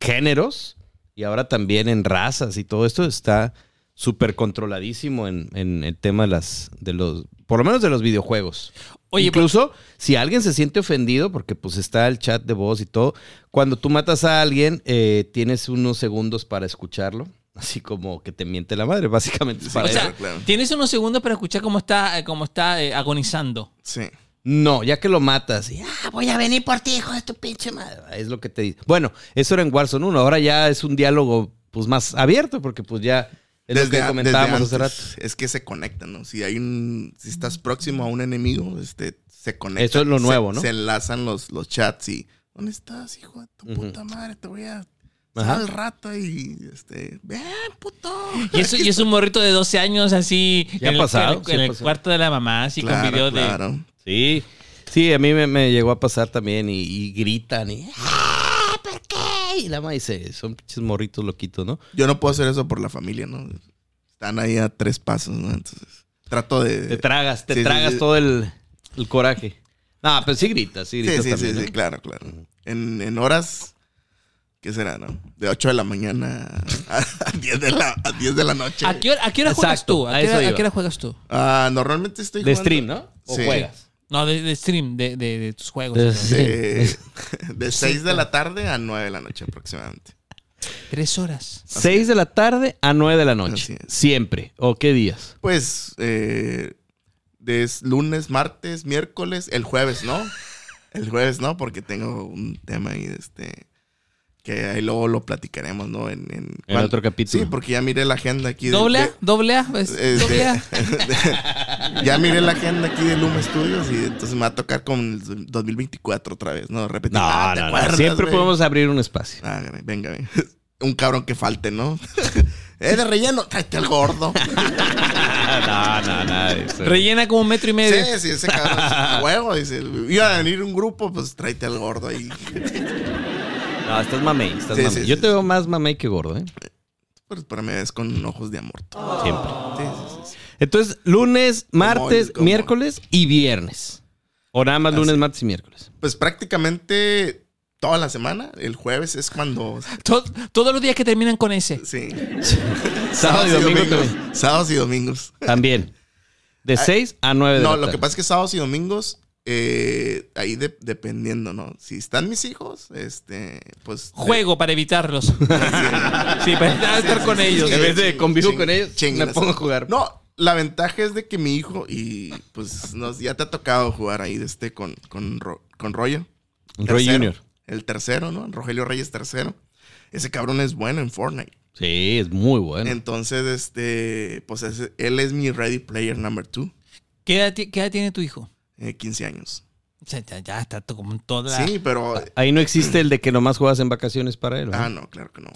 S1: géneros, y ahora también en razas y todo esto está súper controladísimo en, en el tema de, las, de los, por lo menos de los videojuegos.
S3: Oye, pues
S1: Incluso si alguien se siente ofendido, porque pues está el chat de voz y todo, cuando tú matas a alguien, eh, tienes unos segundos para escucharlo. Así como que te miente la madre, básicamente. es para
S3: o
S1: eso.
S3: sea,
S4: claro.
S3: tienes unos segundos para escuchar cómo está, eh, cómo está eh, agonizando.
S4: Sí.
S1: No, ya que lo matas. y, ah, voy a venir por ti, hijo de tu pinche madre. Es lo que te dice. Bueno, eso era en Warzone 1. Ahora ya es un diálogo pues más abierto porque pues ya es lo que
S4: a-
S1: comentábamos
S4: desde
S1: hace rato.
S4: antes. Es que se conectan, ¿no? Si hay un, si estás próximo a un enemigo, este, se conectan.
S1: Eso es lo
S4: se-
S1: nuevo, ¿no?
S4: Se enlazan los, los chats y ¿dónde estás, hijo de tu
S1: Ujú.
S4: puta madre? Te voy a
S1: Ajá.
S4: sal al rato y este, ven, puto.
S3: Y, eso, y es un morrito de 12 años así
S1: Ya
S3: en,
S1: ha pasado,
S3: el, en
S1: sí
S3: el
S1: ha pasado.
S3: cuarto de la mamá, así con video de...
S4: claro.
S1: Sí, sí, a mí me, me llegó a pasar también y, y gritan y... "Ah, ¿Por qué? Y la mamá dice, son pinches morritos loquitos, ¿no?
S4: Yo no puedo hacer eso por la familia, ¿no? Están ahí a tres pasos, ¿no? Entonces, trato de.
S1: Te tragas, te
S4: Eh, sí, sí,
S1: tragas
S4: sí.
S1: todo el, el coraje. No, pero sí gritas, sí
S4: Sí,
S1: gritas
S4: sí,
S1: también.
S4: sí,
S1: ¿no?
S4: sí, claro, claro. En, en horas, ¿qué será, no? De 8 de la mañana a, a 10, de la, a 10 de la noche.
S3: ¿A qué hora, a qué hora juegas
S1: Exacto,
S3: tú?
S1: a
S3: ¿A qué,
S1: eso
S3: hora, a
S1: iba.
S3: qué hora juegas tú?
S4: Ah, normalmente estoy
S1: De
S4: jugando-
S1: stream, ¿no? O
S4: Sí.
S1: juegas.
S3: No, de, de stream, de, de- de tus juegos.
S1: De-
S3: Entonces,
S4: De, de 6 de la tarde a 9 de la noche aproximadamente.
S3: Tres horas.
S1: 6 de la tarde a 9 de la
S4: Así
S1: noche.
S4: es.
S1: Siempre. ¿O qué días?
S4: Pues, eh, des- lunes, martes, miércoles, el jueves, ¿no? El jueves, ¿no? Porque tengo un tema ahí, de este, que ahí luego lo platicaremos, ¿no? En, en,
S1: En otro capítulo.
S4: Sí, porque ya miré la agenda aquí. de-
S3: ¿Doble A?
S4: de-
S3: ¿Doble A? ¿Ves?
S4: Eh,
S3: ¿Doble
S4: de-
S3: A?
S4: de- ya miré la agenda aquí de Luma Studios y entonces me va a tocar con el 2024 otra vez, ¿no? Repetir. Ah, ¿te acuerdas,
S1: Siempre
S4: güey?
S1: podemos abrir un espacio.
S4: Ah, caray, venga, venga. Un cabrón que falte, ¿no? ¿Eh, de relleno? Tráete al gordo.
S1: no, no,
S4: Ah,
S1: nada de eso.
S3: Rellena como un metro y
S4: sí,
S3: medio.
S4: sí, ese cabrón. a huevo, dice. Iba a venir un grupo, pues tráete al gordo ahí.
S1: No, estás mamey, estás
S4: Sí,
S1: mamey.
S4: sí,
S1: Yo
S4: sí,
S1: te
S4: sí.
S1: veo más mamey que gordo, ¿eh?
S4: Pues, pero me ves con ojos de amor.
S1: Siempre.
S4: Sí, sí, sí, sí.
S1: Oh. Entonces, lunes, martes,
S4: como-
S1: miércoles y viernes. O nada más
S4: Así.
S1: lunes, martes y miércoles.
S4: Pues prácticamente toda la semana. El jueves es cuando.
S3: To- todos los días que terminan con ese.
S4: Sí.
S1: Sábado y domingo también.
S4: domingos. Sábados y domingos.
S1: También. De 6 a 9 de la
S4: Ah, No,
S1: tarde.
S4: lo que pasa es que sábados y domingos, eh, ahí de- dependiendo, ¿no? Si están mis hijos, este, pues.
S3: Juego para evitarlos. Sí, para evitar estar con ellos.
S1: En vez de
S4: Ching-
S1: convivo
S4: ching-
S1: con ellos,
S4: chingas.
S1: me pongo a jugar.
S4: No, la ventaja es de que mi hijo, y pues nos, ya te ha tocado jugar ahí de este con, con, Ro- con Royo.
S1: Roy
S4: Tercero.
S1: Junior.
S4: El tercero, ¿no? Rogelio Reyes tercero. Ese cabrón es bueno en Fortnite.
S1: Sí, es muy bueno.
S4: Entonces, este, pues es- él es mi ready player number two,
S3: ¿Qué edad, ti- qué edad tiene tu hijo?
S4: eh, 15 años.
S3: O sea, ya, ya está to- como toda...
S4: Sí, pero
S1: Ahí no existe el de que nomás juegas en vacaciones para él. ¿verdad?
S4: Ah, no, claro que no.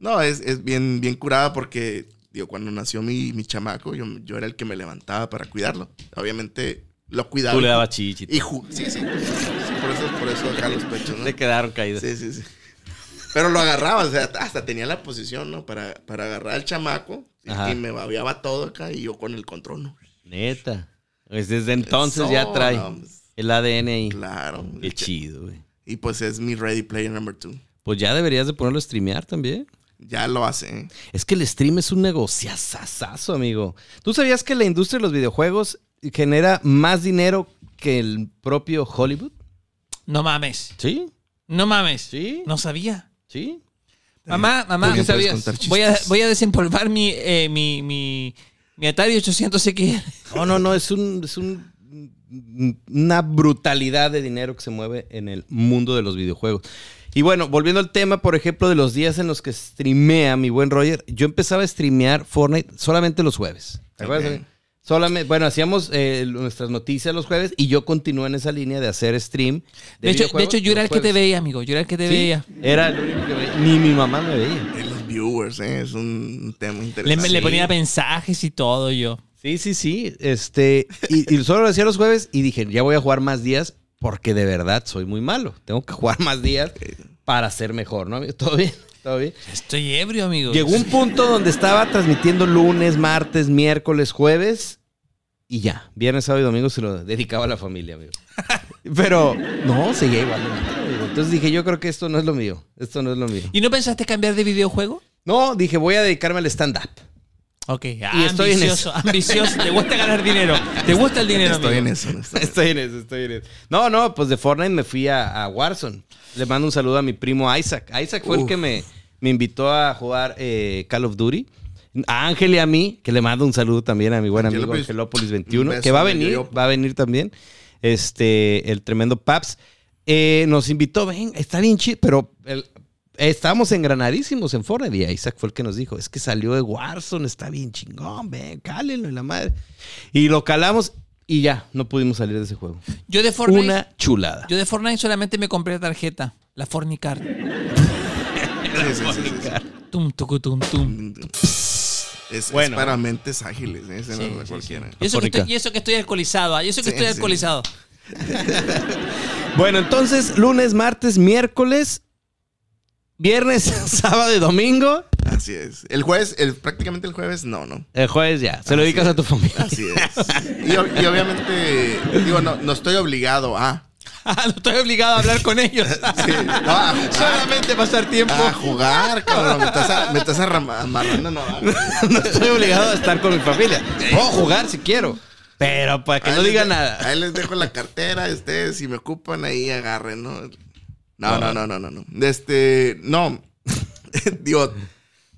S4: No, es, es bien, bien curada porque, digo, cuando nació mi, mi chamaco, yo, yo era el que me levantaba para cuidarlo. Obviamente, lo cuidaba.
S1: Tú le
S4: y-
S1: dabas chichita.
S4: Y ju- sí, sí, sí, Por eso, por eso acá los pechos, ¿no?
S1: Le quedaron caídas.
S4: Sí, sí, sí. Pero lo agarraba, o sea, hasta tenía la posición, ¿no? Para, para agarrar al chamaco. y-
S1: Ajá.
S4: Y me babeaba todo acá y yo con el control, ¿no?
S1: Neta. Pues desde entonces ya
S4: Eso,
S1: trae.
S4: no, pues,
S1: El ADN ahí.
S4: Claro.
S1: Qué chido, güey.
S4: Y pues es mi Ready Player number two.
S1: Pues ya deberías de ponerlo a streamear también.
S4: Ya lo hace. ¿eh?
S1: Es que el stream es un negociazazazo, amigo. ¿Tú sabías que la industria de los videojuegos genera más dinero que el propio Hollywood?
S3: No mames.
S1: Sí,
S3: No mames.
S1: Sí.
S3: No sabía.
S1: sí.
S3: Mamá, mamá,
S4: Porque
S3: no
S4: puedes
S3: sabías.
S4: contar chistes.
S3: Voy a, voy a desempolvar mi, eh, mi, mi, mi Atari 800X.
S1: No, no, no, es un, es un- una brutalidad de dinero que se mueve en el mundo de los videojuegos. Y bueno, volviendo al tema, por ejemplo, de los días en los que streamea mi buen Roger, yo empezaba a streamear Fortnite solamente los jueves. ¿Te acuerdas?
S4: Ok.
S1: eh? Solamente, bueno, hacíamos eh, nuestras noticias los jueves y yo continué en esa línea de hacer stream.
S3: De, hecho, de hecho, yo era el que te
S1: veía.
S3: veía, amigo. Yo era el que te
S1: Sí,
S3: veía.
S1: Era el único que veía. Ni mi mamá me veía.
S4: Eh, Los viewers, ¿eh? Es un tema
S3: Le,
S4: interesante.
S3: le ponía mensajes y todo yo.
S1: Sí, sí, sí. Este, y, y solo lo hacía los jueves y dije, ya voy a jugar más días porque de verdad soy muy malo. Tengo que jugar más días para ser mejor, ¿no? amigo? Todo bien, todo bien.
S3: Estoy ebrio, amigo.
S1: Llegó un punto donde estaba transmitiendo lunes, martes, miércoles, jueves y ya. Viernes, sábado y domingo se lo dedicaba a la familia, amigo. Pero no, seguía igual. de malo, amigo. Entonces dije, yo creo que esto no es lo mío. Esto no es lo mío.
S3: ¿Y no pensaste cambiar de videojuego?
S1: No, dije, voy a dedicarme al stand-up.
S3: Ok,
S1: Y estoy en
S3: ambicioso, ambicioso. Te gusta ganar dinero. Te gusta el dinero,
S4: Estoy en
S3: amigo.
S4: eso. no estoy en eso.
S1: Estoy en eso, estoy en eso. No, no, pues de Fortnite me fui a, a Warzone. Le mando un saludo a mi primo Isaac. Isaac fue el
S4: Uf.
S1: que me, me invitó a jugar eh, Call of Duty. A Ángel y a mí, que le mando un saludo también a mi buen amigo
S4: Angelópolis.
S1: Angelópolis 21,
S4: Un
S1: que va a
S4: beso,
S1: venir,
S4: Angeliopo.
S1: va a venir también. Este, el tremendo Paps. Eh, nos invitó, ven, está bien chido, pero el- estábamos engranadísimos en Fortnite y Isaac fue el que nos dijo, es que salió de Warzone, está bien chingón, ven, cálenlo en la madre. Y lo calamos y ya, no pudimos salir de ese juego.
S3: Yo de Fortnite.
S1: Una chulada.
S3: Yo de Fortnite solamente me compré la tarjeta, la Fornicar.
S4: Sí, sí, sí, sí, sí.
S3: Tum, tucu, tum, tum.
S4: Es, es
S1: Bueno.
S4: para mentes ágiles, ¿eh? Ese no es cualquiera.
S3: Y eso, que
S1: Fornicar.
S3: estoy, y eso que estoy alcoholizado, ah, y eso que
S4: Sí,
S3: estoy
S4: sí.
S3: alcoholizado.
S1: Bueno, entonces, lunes, martes, miércoles, viernes, sábado y domingo.
S4: Así es. El jueves, el, prácticamente el jueves, no, no.
S1: El jueves ya, se lo
S4: Así
S1: dedicas a tu
S4: es.
S1: familia.
S4: Así es. Y, o- y obviamente, digo, no, no estoy obligado a.
S3: Ah, no estoy obligado a hablar con ellos.
S4: sí, no, a, jugar,
S1: Solamente pasar tiempo.
S4: a jugar, cabrón. Me estás, a- me estás arram- amarrando navajas.
S1: no estoy obligado a estar con mi familia. Puedo jugar si quiero, pero para que
S4: Ahí
S1: no
S4: les
S1: diga
S4: de-
S1: nada.
S4: Ahí les dejo la cartera, ustedes si me ocupan ahí agarren, ¿no? No, no, no, no, no, no. Este, no. Digo,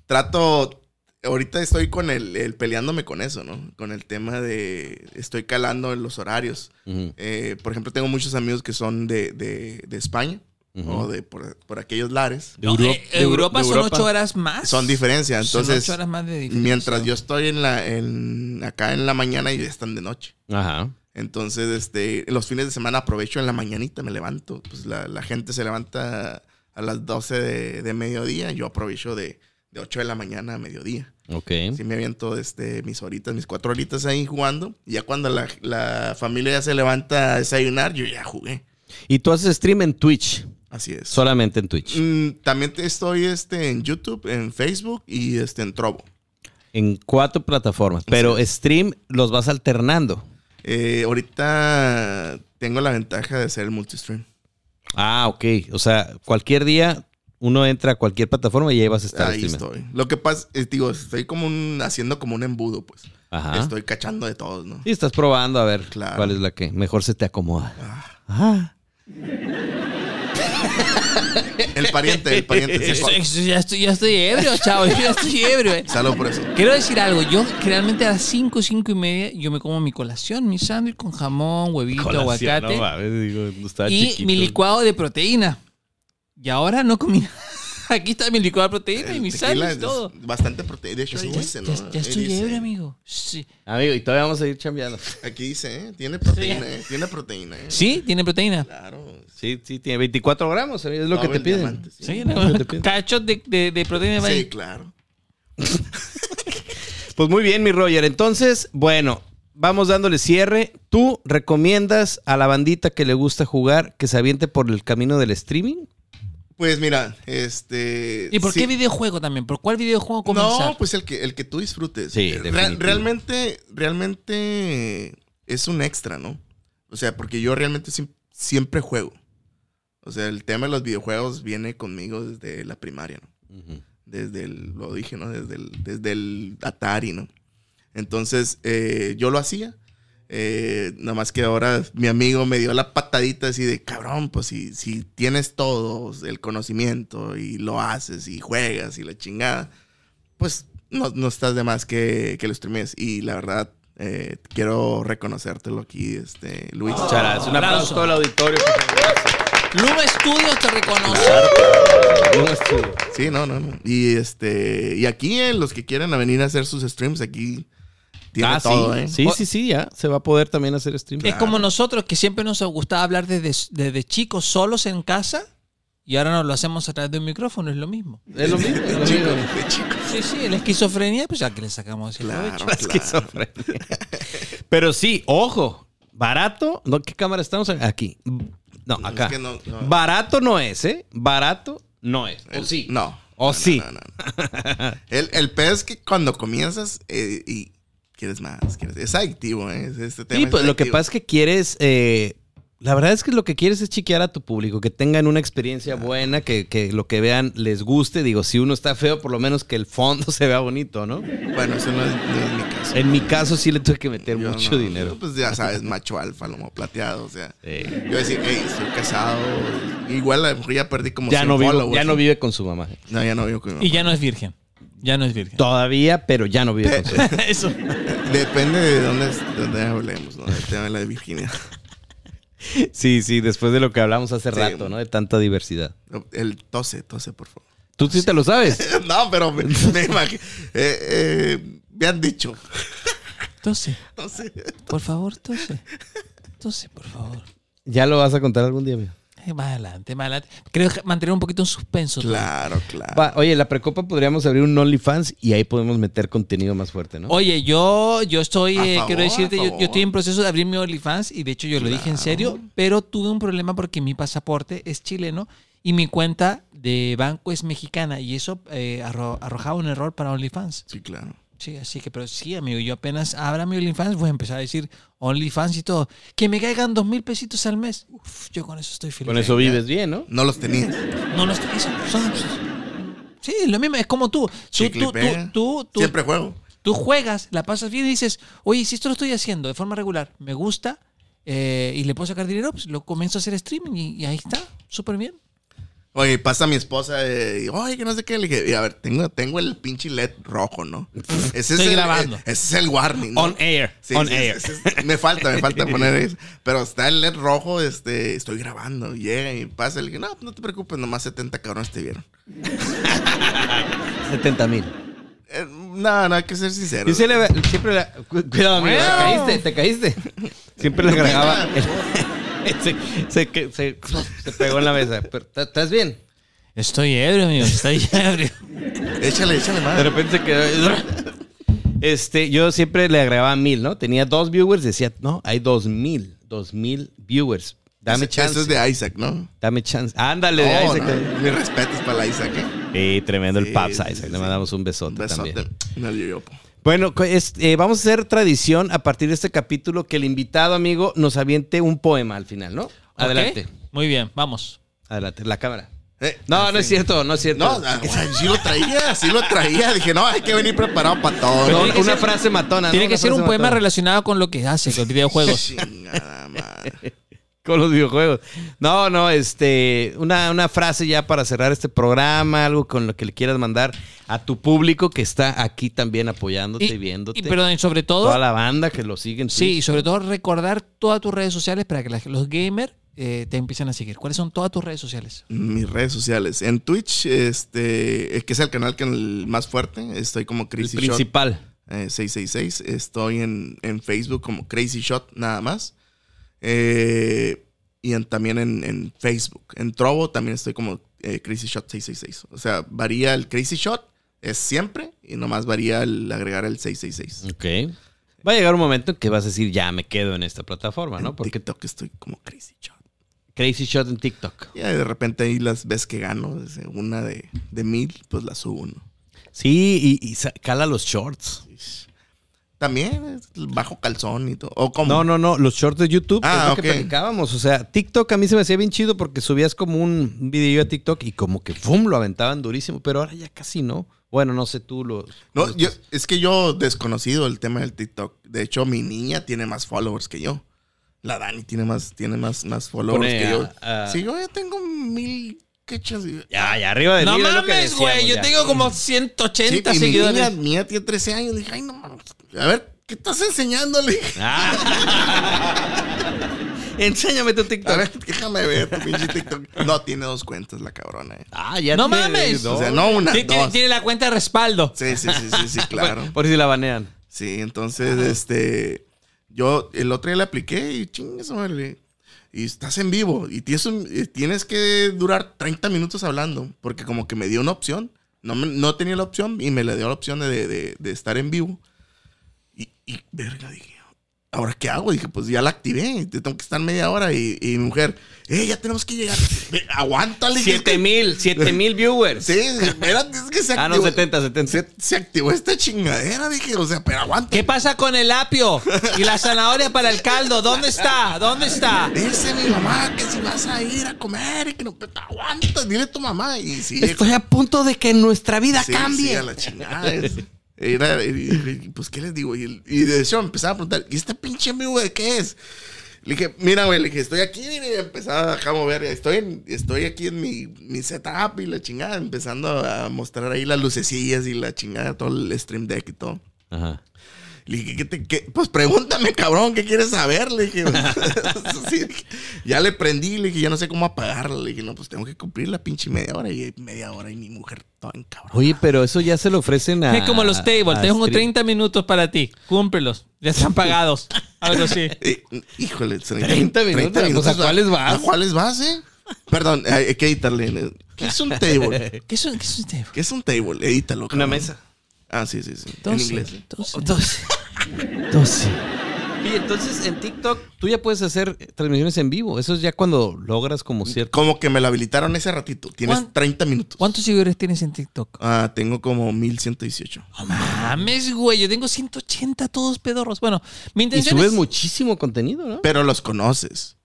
S4: trato ahorita estoy con el, el peleándome con eso, ¿no? Con el tema de estoy calando en los horarios.
S1: Ujú.
S4: Eh, por ejemplo, tengo muchos amigos que son de, de- de España
S1: Ujú.
S4: o de por, por aquellos lares.
S1: De Euro-
S3: Eh,
S1: de Euro-
S3: Europa
S1: de
S3: son
S1: Europa.
S3: ocho horas más.
S4: Son diferencias.
S3: Son
S4: Entonces,
S3: ocho horas más de diferencia.
S4: mientras yo estoy en la, en, acá en la mañana y están de noche.
S1: Ajá.
S4: Entonces, este, los fines de semana aprovecho en la mañanita, me levanto. Pues la, la gente se levanta a las 12 de, de mediodía. Yo aprovecho de, de 8 de la mañana a mediodía.
S1: Ok.
S4: Así me aviento este, mis horitas, mis cuatro horitas ahí jugando. Y ya cuando la, la familia ya se levanta a desayunar, yo ya jugué.
S1: Y tú haces stream en Twitch,
S4: Así es.
S1: solamente en Twitch.
S4: Mm, también te- estoy este, en YouTube, en Facebook y este, en Trovo.
S1: En cuatro plataformas, pero stream los vas alternando.
S4: Eh, ahorita tengo la ventaja de ser el multistream.
S1: Ah, ok. O sea, cualquier día uno entra a cualquier plataforma y ahí vas a estar
S4: Ahí
S1: streameando.
S4: estoy. Lo que pasa, es, digo, estoy como un, haciendo como un embudo, pues.
S1: Ajá.
S4: Estoy cachando de todos, ¿no?
S1: Y estás probando a ver
S4: Claro.
S1: cuál es la que mejor se te acomoda. Ah.
S4: El pariente, el pariente.
S3: Eso-
S4: sí.
S3: eso- ya, estoy, ya estoy ebrio, chavo. Yo ya estoy ebrio. eh.
S4: Salud por eso.
S3: Quiero decir algo. Yo generalmente a las 5, 5 y media yo me como mi colación, mi sándwich con jamón, huevito, aguacate y mi licuado de proteína. Y ahora no comí nada. Aquí está mi licuado de proteína y mi
S4: Tequila
S3: sándwich,
S4: es
S3: todo.
S4: Bastante proteína. De hecho,
S3: Ya,
S4: ahí
S3: ya-
S4: dice, ¿no?
S3: ya- ya
S4: Ahí
S3: estoy
S4: dice.
S3: ebrio, amigo. Sí.
S1: Amigo, y todavía vamos a ir chambeando.
S4: Aquí dice, ¿eh? Tiene proteína, ¿eh? Tiene proteína, ¿eh?
S3: ¿Sí? ¿Tiene proteína?
S4: Claro.
S1: Sí, sí, tiene 24 gramos, amigo, es lo
S4: Todo
S1: que te
S4: el
S1: piden.
S4: diamante, sí.
S3: Sí,
S1: no, no te pido.
S3: cachos de, de- de proteína. vaya.
S4: Sí, claro.
S1: Pues muy bien, mi Roger. Entonces, bueno, vamos dándole cierre. ¿Tú recomiendas a la bandita que le gusta jugar que se aviente por el camino del streaming?
S4: Pues mira, este.
S3: ¿Y por
S4: sí.
S3: qué videojuego también? ¿Por cuál videojuego comenzar?
S4: No, pues el que, el que tú disfrutes.
S1: Sí,
S4: Re-
S1: definitivo.
S4: realmente, realmente es un extra, ¿no? O sea, porque yo realmente siem- siempre juego. O sea, el tema de los videojuegos viene conmigo desde la primaria, ¿no?
S1: Ujú.
S4: desde el, lo dije, ¿no? Desde el, desde el Atari, ¿no? Entonces, eh, yo lo hacía. Eh, nada más que ahora mi amigo me dio la patadita así de, cabrón, pues si, si tienes todo el conocimiento y lo haces y juegas y la chingada, pues no, no estás de más que, que lo streames. Y la verdad, eh, quiero reconocértelo aquí, este, Luis.
S1: Muchas gracias. Un aplauso a todo el auditorio. por favor.
S3: Luma Studios te reconoce.
S1: No es tu-
S4: Sí, no, no, no. Y este, y aquí eh, los que quieran a venir a hacer sus streams aquí tiene
S1: Ah,
S4: todo,
S1: sí.
S4: ¿eh?
S1: Sí, sí, sí, ya. Se va a poder también hacer stream.
S3: Es como nosotros que siempre nos gustaba hablar desde, desde chicos solos en casa y ahora nos lo hacemos a través de un micrófono, es lo mismo.
S1: Es lo mismo. es lo mismo.
S4: De chicos.
S3: Sí, sí, la esquizofrenia, pues ya que le sacamos el
S4: Claro,
S3: provecho.
S1: La esquizofrenia. Pero sí, ojo, barato. ¿no? ¿Qué cámara estamos? Aquí. No,
S4: No,
S1: acá.
S4: es que no, no.
S1: Barato no es, ¿eh? Barato no es. ¿O
S4: El-
S1: sí? ¿O
S4: No. No,
S1: Oh, sí?
S4: no, no, no. El, el pedo es que cuando comienzas eh, y quieres más, quieres, es adictivo, ¿eh? Es- Este tema
S1: Sí,
S4: es
S1: pues lo que
S4: adictivo.
S1: pasa es que quieres. eh, la verdad es que lo que quieres es chiquear a tu público, que tengan una experiencia buena, que, que lo que vean les guste. Digo, si uno está feo, por lo menos que el fondo se vea bonito, ¿no?
S4: Bueno, eso no es, no es mi caso.
S1: En mi caso sí le tuve que meter
S4: Yo
S1: mucho
S4: no.
S1: dinero.
S4: Pues ya sabes, macho alfa, lomo plateado, o sea.
S1: Eh,
S4: Yo decir, hey, estoy casado. Igual a lo mejor ya perdí como
S1: ya
S4: 100
S1: no, vivo,
S4: followers,
S1: ya no vive con su mamá.
S4: No, ya no vivo con mi mamá.
S3: Y ya no es virgen. Ya no es virgen.
S1: Todavía, pero ya no vive con su mamá.
S3: Eso.
S4: Depende de dónde, dónde hablemos, ¿no? El tema de la virginidad.
S1: Sí, sí, después de lo que hablamos hace
S4: Sí.
S1: rato, ¿no? De tanta diversidad.
S4: El tose, tose, por favor.
S1: Tú sí te lo sabes.
S4: No, pero me, me imagino. eh, eh, me han dicho.
S3: Tose,
S4: No sé.
S3: por favor, tose. Tose, por favor.
S1: Ya lo vas a contar algún día, amigo.
S3: Eh, Más adelante, más adelante. Creo que mantener un poquito en suspenso. todo.
S4: Claro, claro.
S1: Va, oye, la precopa podríamos abrir un OnlyFans y ahí podemos meter contenido más fuerte, ¿no?
S3: Oye, yo, yo estoy,
S4: A
S3: eh,
S4: favor,
S3: quiero decirte,
S4: a
S3: yo,
S4: favor.
S3: yo estoy en proceso de abrir mi OnlyFans y de hecho yo lo dije en serio, pero tuve un problema porque mi pasaporte es chileno y mi cuenta de banco es mexicana y eso eh, arro- arrojaba un error para OnlyFans.
S4: Sí, claro.
S3: Sí, así que, pero sí, amigo, yo apenas abra mi OnlyFans voy a empezar a decir OnlyFans y todo. Que me caigan dos mil pesitos al mes. Uf, yo con eso estoy feliz.
S1: Con eso vives bien, ¿no?
S4: No los tenías.
S3: No, no, estoy- eso son- Sí, lo mismo, es como tú. Tú,
S4: Chicle y
S3: tú,
S4: pega.
S3: tú, tú, tú-
S4: Siempre juego.
S3: Tú juegas, la pasas bien y dices, oye, si esto lo estoy haciendo de forma regular, me gusta eh, y le puedo sacar dinero, pues lo comienzo a hacer streaming y, y ahí está, súper bien.
S4: Oye, pasa mi esposa eh, y, oye, que no sé qué. Le dije, a ver, tengo, tengo el pinche LED rojo, ¿no? Ese
S3: Estoy
S4: es
S3: grabando.
S4: El, eh, ese es el warning. ¿no?
S1: On air.
S4: Sí,
S1: on
S4: sí,
S1: air.
S4: sí, sí, sí. me falta, me falta poner eso. Pero está el LED rojo, este, estoy grabando. Llega y pasa. Le dije, no, no te preocupes, nomás 70 cabrones te vieron.
S1: 70 mil.
S4: Eh, no, no, hay que ser sincero.
S1: Yo sí le- siempre la- cu- Cuidado, amigo, te caíste, te caíste. Siempre le agregaba... el- se, se que- se- se pegó en la mesa. Pero, ¿t- ¿Estás bien?
S3: Estoy ebrio, amigo, estoy ebrio.
S4: Échale, échale más.
S1: De repente se quedó. Este, yo siempre le agregaba mil, ¿no? Tenía dos viewers, decía, no, hay dos mil, dos mil viewers. Dame
S4: Ese-
S1: chance.
S4: Eso es de Isaac, ¿no? Oh,
S1: Dame chance. Ándale, de
S4: No,
S1: Isaac. eh.
S4: no, Mi respeto es para la Isaac, ¿eh?
S1: Sí, tremendo el
S4: Sí,
S1: Paps
S4: sí,
S1: Isaac.
S4: sí,
S1: Le
S4: sí.
S1: mandamos un besote,
S4: Un besote.
S1: también.
S4: No, yo, yo, po.
S1: Bueno, co- es- eh, vamos a hacer tradición a partir de este capítulo que el invitado, amigo, nos aviente un poema al final, ¿no? Adelante.
S3: Ok, Muy bien, vamos.
S1: Adelante, la cámara.
S4: Eh,
S1: No, no
S4: sí.
S1: es cierto, no es cierto.
S4: No, ah, güey, sí lo traía, sí lo traía. Dije, no, hay que venir preparado para todo.
S1: No,
S4: ¿no?
S3: tiene que
S1: una
S3: ser-
S1: frase matona. ¿no?
S3: Tiene que
S1: Una
S3: ser un
S1: frase
S3: poema
S1: matona.
S3: relacionado con lo que hace, con videojuegos.
S4: Chingada madre.
S1: Con los videojuegos. No, no, este, una, una frase ya para cerrar este programa, algo con lo que le quieras mandar a tu público que está aquí también apoyándote,
S3: Y,
S1: viéndote.
S3: y, perdón, y sobre todo,
S1: Toda la banda que lo siguen.
S3: sí, y sobre todo recordar todas tus redes sociales para que las- los gamers eh, te empiecen a seguir. ¿Cuáles son todas tus redes sociales?
S4: Mis redes sociales. En Twitch, este, eh, que es el canal que el más fuerte, estoy como
S1: El
S4: Crazy Shot
S1: principal.
S4: eh, 666. Estoy en, en Facebook como Crazy Shot nada más. Eh, y en- también en, en Facebook. En Trovo también estoy como eh, Crazy Shot 666. O sea, varía el Crazy Shot, es siempre, y nomás varía el agregar el 666.
S1: Ok. Va a llegar un momento en que vas a decir, ya me quedo en esta plataforma, ¿no?
S4: En
S1: Porque
S4: TikTok estoy como Crazy Shot.
S1: Crazy Shot en TikTok.
S4: Y de repente ahí las ves que gano, es una de, de mil, pues la subo, ¿no?
S1: Sí, y, y sa- cala los shorts.
S4: También, es bajo calzón y todo. O como.
S1: No, no, no, los shorts de YouTube
S4: Ah,
S1: es lo que
S4: ok.
S1: platicábamos. O sea, TikTok a mí se me hacía bien chido porque subías como un video a TikTok y como que ¡fum! lo aventaban durísimo, pero ahora ya casi no. Bueno, no sé tú los.
S4: No,
S1: los-
S4: yo, es que yo desconocido el tema del TikTok. De hecho, mi niña tiene más followers que yo. La Dani tiene más, tiene más, más followers
S1: Pone
S4: que
S1: a-
S4: yo.
S1: a-
S4: Sí, yo ya tengo mil quechas.
S1: Ya, ya, arriba de
S3: No
S1: mí, es lo que
S3: mames, güey.
S1: decíamos,
S3: Yo
S1: ya.
S3: tengo como
S4: Sí,
S3: 180
S4: y mi niña,
S3: seguidores.
S4: mi niña tiene 13 años. Dije, ay, no mames. A ver, ¿qué estás enseñándole?
S1: Ah. Enséñame tu TikTok.
S4: A ver, déjame ver tu pinche TikTok. No, tiene dos cuentas la cabrona. eh.
S1: Ah, ya
S3: No
S1: tiene
S3: mames.
S1: dos.
S4: O sea, no una,
S3: Ti- Tiene,
S4: dos.
S3: tiene la cuenta de respaldo.
S4: Sí, sí, sí, sí, sí, claro.
S1: Por si la banean.
S4: Sí, entonces, este, yo el otro día le apliqué y chingas, madre. Y estás en vivo y tienes, un- eh, tienes que durar 30 minutos hablando, porque como que me dio una opción. No, me- no tenía la opción y me le dio la opción de, de- de estar en vivo. Y, y, verga, dije, ¿ahora qué hago? Dije, pues ya la activé, te tengo que estar media hora. Y, y mi mujer, eh, ya tenemos que llegar. Ve, Aguántale. dije, es que-
S1: Siete mil, siete mil viewers.
S4: Sí, dije, espérate, es que se
S1: Ah, no, 70, 70.
S4: Se, se activó esta chingadera, dije, o sea, pero aguanta.
S3: ¿Qué pasa con el apio y la zanahoria para el caldo? ¿Dónde está? ¿Dónde está?
S4: Dice mi mamá que si vas a ir a comer y que no te aguantas, dile a tu mamá. Y si
S1: a punto de que nuestra vida
S4: sí, sí, a la chingada. es- Era, y dije, pues, ¿qué les digo? Y, el- y de hecho me empezaba a preguntar, ¿y este pinche amigo de qué es? Le dije, mira, güey, le dije, estoy aquí, y empezaba acá a mover, estoy, en- estoy aquí en mi, mi setup y la chingada, empezando a mostrar ahí las lucecillas y la chingada, todo el stream deck y todo.
S1: Ajá.
S4: Le dije, ¿qué te- qué? Pues pregúntame, cabrón, ¿qué quieres saber? Le dije, Sí, dije, ya le prendí, le dije, ya no sé cómo apagarla. Le dije, no, pues tengo que cumplir la pinche media hora. Y media hora y mi mujer toda en cabrón.
S1: Oye, pero eso ya se lo ofrecen a.
S3: Es como los tables.
S1: a
S3: Tengo
S1: stream-
S3: 30 minutos para ti. Cúmplelos. Ya están pagados. Algo así.
S4: Eh, híjole, 30,
S1: 30 minutos, pues, ¿a cuáles vas?
S4: ¿A cuáles vas, eh? Perdón, hay hay que editarle. eh, ¿Qué es un table?
S3: ¿Qué es un, qué es un table?
S4: ¿Qué es un table? Edítalo.
S1: Una
S4: cabrón.
S1: mesa.
S4: Ah, sí, sí, sí.
S3: Doce,
S4: en inglés.
S3: Oh, doce.
S1: Oye, entonces en TikTok tú ya puedes hacer transmisiones en vivo. Eso es ya cuando logras
S4: Mm.
S1: como cierto.
S4: Como que me lo habilitaron ese ratito. Tienes
S3: ¿Cuán-
S4: 30 minutos.
S3: ¿Cuántos seguidores tienes en TikTok?
S4: Ah, tengo como 1118.
S3: No Oh, mames, güey. Yo tengo 180 todos pedorros. Bueno, mi
S1: Y
S3: intención
S1: subes
S3: es...
S1: muchísimo contenido, ¿no?
S4: Pero los conoces.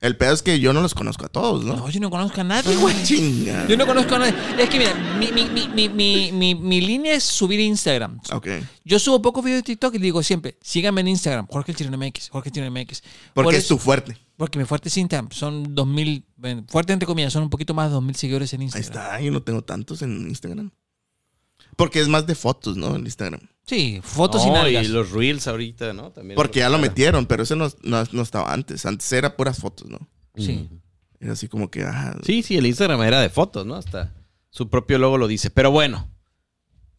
S4: El pedo es que yo no los conozco a todos, ¿no? Ah,
S3: No, Ah, yo no conozco a nadie, güey.
S4: Chinga.
S3: Yo no conozco a nadie. Es que mira, mi, mi, mi, mi, mi, mi, mi línea es subir Instagram.
S4: Ok.
S3: Yo subo pocos videos de TikTok y digo siempre, síganme en Instagram, Jorge el Chirino MX, Jorge el Chirino MX.
S4: Porque
S3: Por
S4: es
S3: eso-
S4: tu fuerte.
S3: Porque mi fuerte es Instagram, son 2000, bueno, fuerte entre comillas, son un poquito más de 2000 seguidores en
S4: Ahí
S3: Instagram.
S4: está. Yo no tengo tantos en Instagram. Porque es más de fotos, ¿no? En Instagram.
S3: Sí, fotos y
S1: No,
S3: nalgas.
S1: y los reels ahorita, ¿no? También
S4: Porque ya lo metieron, pero eso no, no- no estaba antes. Antes era puras fotos, ¿no?
S3: Sí.
S4: Era así como que, ah,
S1: Sí, sí, el Instagram era de fotos, ¿no? Hasta su propio logo lo dice. Pero bueno.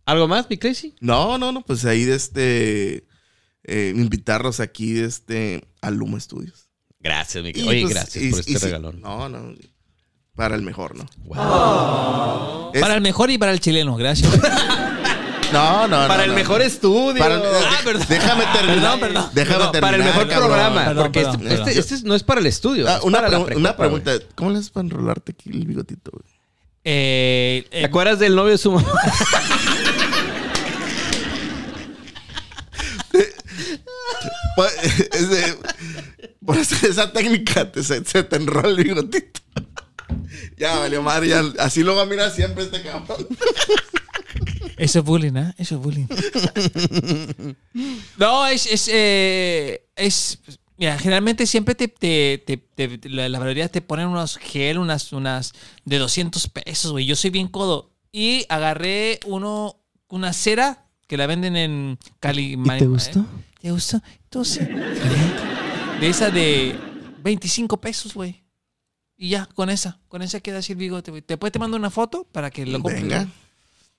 S1: ¿Algo más, mi Crazy?
S4: No, no, no, pues ahí de este. eh, invitarlos aquí de este. A Luma Studios.
S1: Gracias, mi
S4: Y,
S1: Crazy. Oye,
S4: pues,
S1: gracias
S4: y-
S1: por
S4: y
S1: este
S4: sí.
S1: regalón.
S4: No, no. Para el mejor, ¿no?
S1: Wow.
S4: Es-
S3: Para el mejor y para el chileno, gracias.
S4: No, no, no,
S1: Para el
S4: no.
S1: mejor estudio.
S4: Para el-
S1: Ah, perdón.
S4: Déjame
S3: Perdón,
S4: terminar.
S3: perdón.
S4: Déjame
S1: No,
S4: terminar.
S1: para el mejor
S4: cabrón.
S1: programa.
S3: Perdón,
S1: porque
S3: perdón,
S1: este,
S3: perdón.
S1: este- este es- no es para el estudio.
S4: Ah,
S1: es
S4: una,
S1: para la
S4: pregu-
S1: precopa,
S4: una pregunta.
S1: güey.
S4: ¿Cómo le haces para enrolarte aquí el bigotito, güey?
S3: Eh, eh,
S1: ¿Te acuerdas del novio de su mamá?
S4: Por, Pues, es de- por hacer esa técnica te, se, se te enrola el bigotito. ya, valió madre. ya. así lo va a mirar siempre este cabrón.
S3: eso es bullying, ¿eh? Eso es bullying. no, es... es, eh, es Mira, generalmente siempre te, te, te, te- la- las valorías te ponen unos gel, unas, unas de 200 pesos, güey. Yo soy bien codo. Y agarré uno, una cera que la venden en Cali.
S1: te gustó?
S3: ¿Te gustó? Entonces, ¿eh? de esa de 25 pesos, güey. Y ya, con esa, con esa queda así el bigote, güey. Después te mando una foto para que lo compres.
S4: Venga.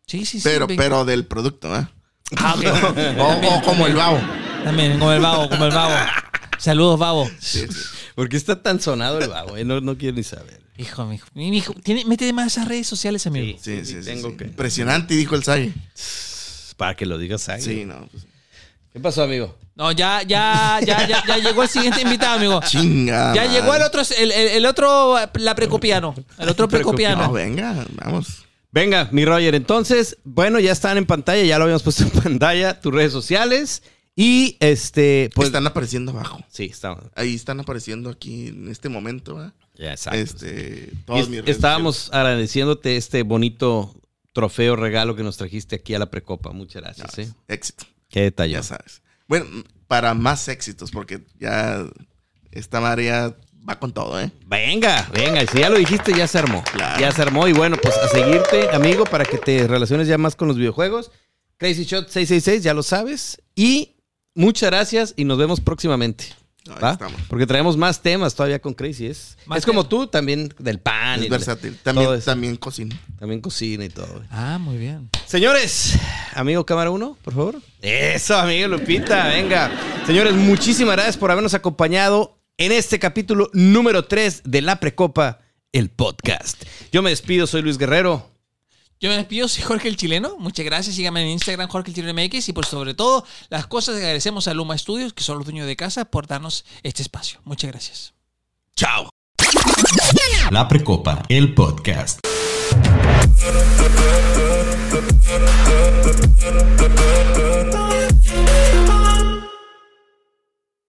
S3: Sí, sí, sí.
S4: Pero,
S3: venga.
S4: pero del producto, ¿ah?
S3: Ah, ok.
S4: O, o como el babo.
S3: También, como el babo, como el babo. Saludos, babo.
S1: ¿Por qué está tan sonado el babo? eh? No, no quiero ni saber.
S3: Hijo, mi hijo. Mi hijo, tiene, métete más a esas redes sociales, amigo.
S4: Sí, sí, sí.
S1: Tengo
S4: sí.
S1: que-
S6: Pues,
S4: Impresionante, dijo el Sague.
S1: Para que lo digas ahí.
S4: Sí, no. pues,
S1: ¿Qué pasó, amigo?
S3: No, ya, ya, ya, ya, ya llegó el siguiente invitado, amigo.
S4: Chinga.
S3: Ya
S4: madre.
S3: llegó el otro, el, el- el otro, eh, la precopiano. El otro precopiano.
S4: No, venga, vamos.
S6: Venga, mi Roger, entonces, bueno, ya están en pantalla, ya lo habíamos puesto en pantalla, tus redes sociales y este, pues...
S4: están apareciendo abajo.
S6: Sí, estamos.
S4: Ahí están apareciendo aquí en este momento, ¿verdad?
S6: Ya, exacto.
S4: Este,
S6: Y
S4: todas
S6: es-
S4: mis redes
S6: estábamos agradeciéndote este bonito trofeo regalo que nos trajiste aquí a la precopa. Muchas
S4: sociales.
S6: gracias.
S4: Ah,
S6: ¿eh?
S4: Éxito,
S6: Qué detalle.
S4: ya sabes. Bueno, para más éxitos, porque ya esta marea va con todo, ¿eh?
S6: Venga, venga, y si ya lo dijiste, ya se armó.
S4: Claro.
S6: Ya se armó. Y bueno, pues a seguirte, amigo, para que te relaciones ya más con los videojuegos. Crazy Shot 666, ya lo sabes. Y muchas gracias y nos vemos próximamente.
S4: Ahí
S6: ¿va?
S4: estamos.
S6: Porque traemos más temas todavía con Crazy. Es,
S3: Más
S6: es como
S3: temas.
S6: tú, también del pan. y
S4: Es
S6: de-
S4: versátil. También,
S6: eso.
S4: también cocino.
S6: También cocina y todo.
S3: Ah, muy bien.
S6: Señores, amigo cámara 1, por favor. Eso, amigo Lupita, venga. Señores, muchísimas gracias por habernos acompañado en este capítulo número 3 de La Precopa, el podcast. Yo me despido, soy Luis Guerrero.
S3: Yo me despido, soy Jorge el Chileno. Muchas gracias. Síganme en Instagram, Jorge el Chileno MX. Y por sobre todo, las cosas que agradecemos a Luma Studios, que son los dueños de casa, por darnos este espacio. Muchas gracias.
S6: Chao.
S2: La Precopa, el podcast.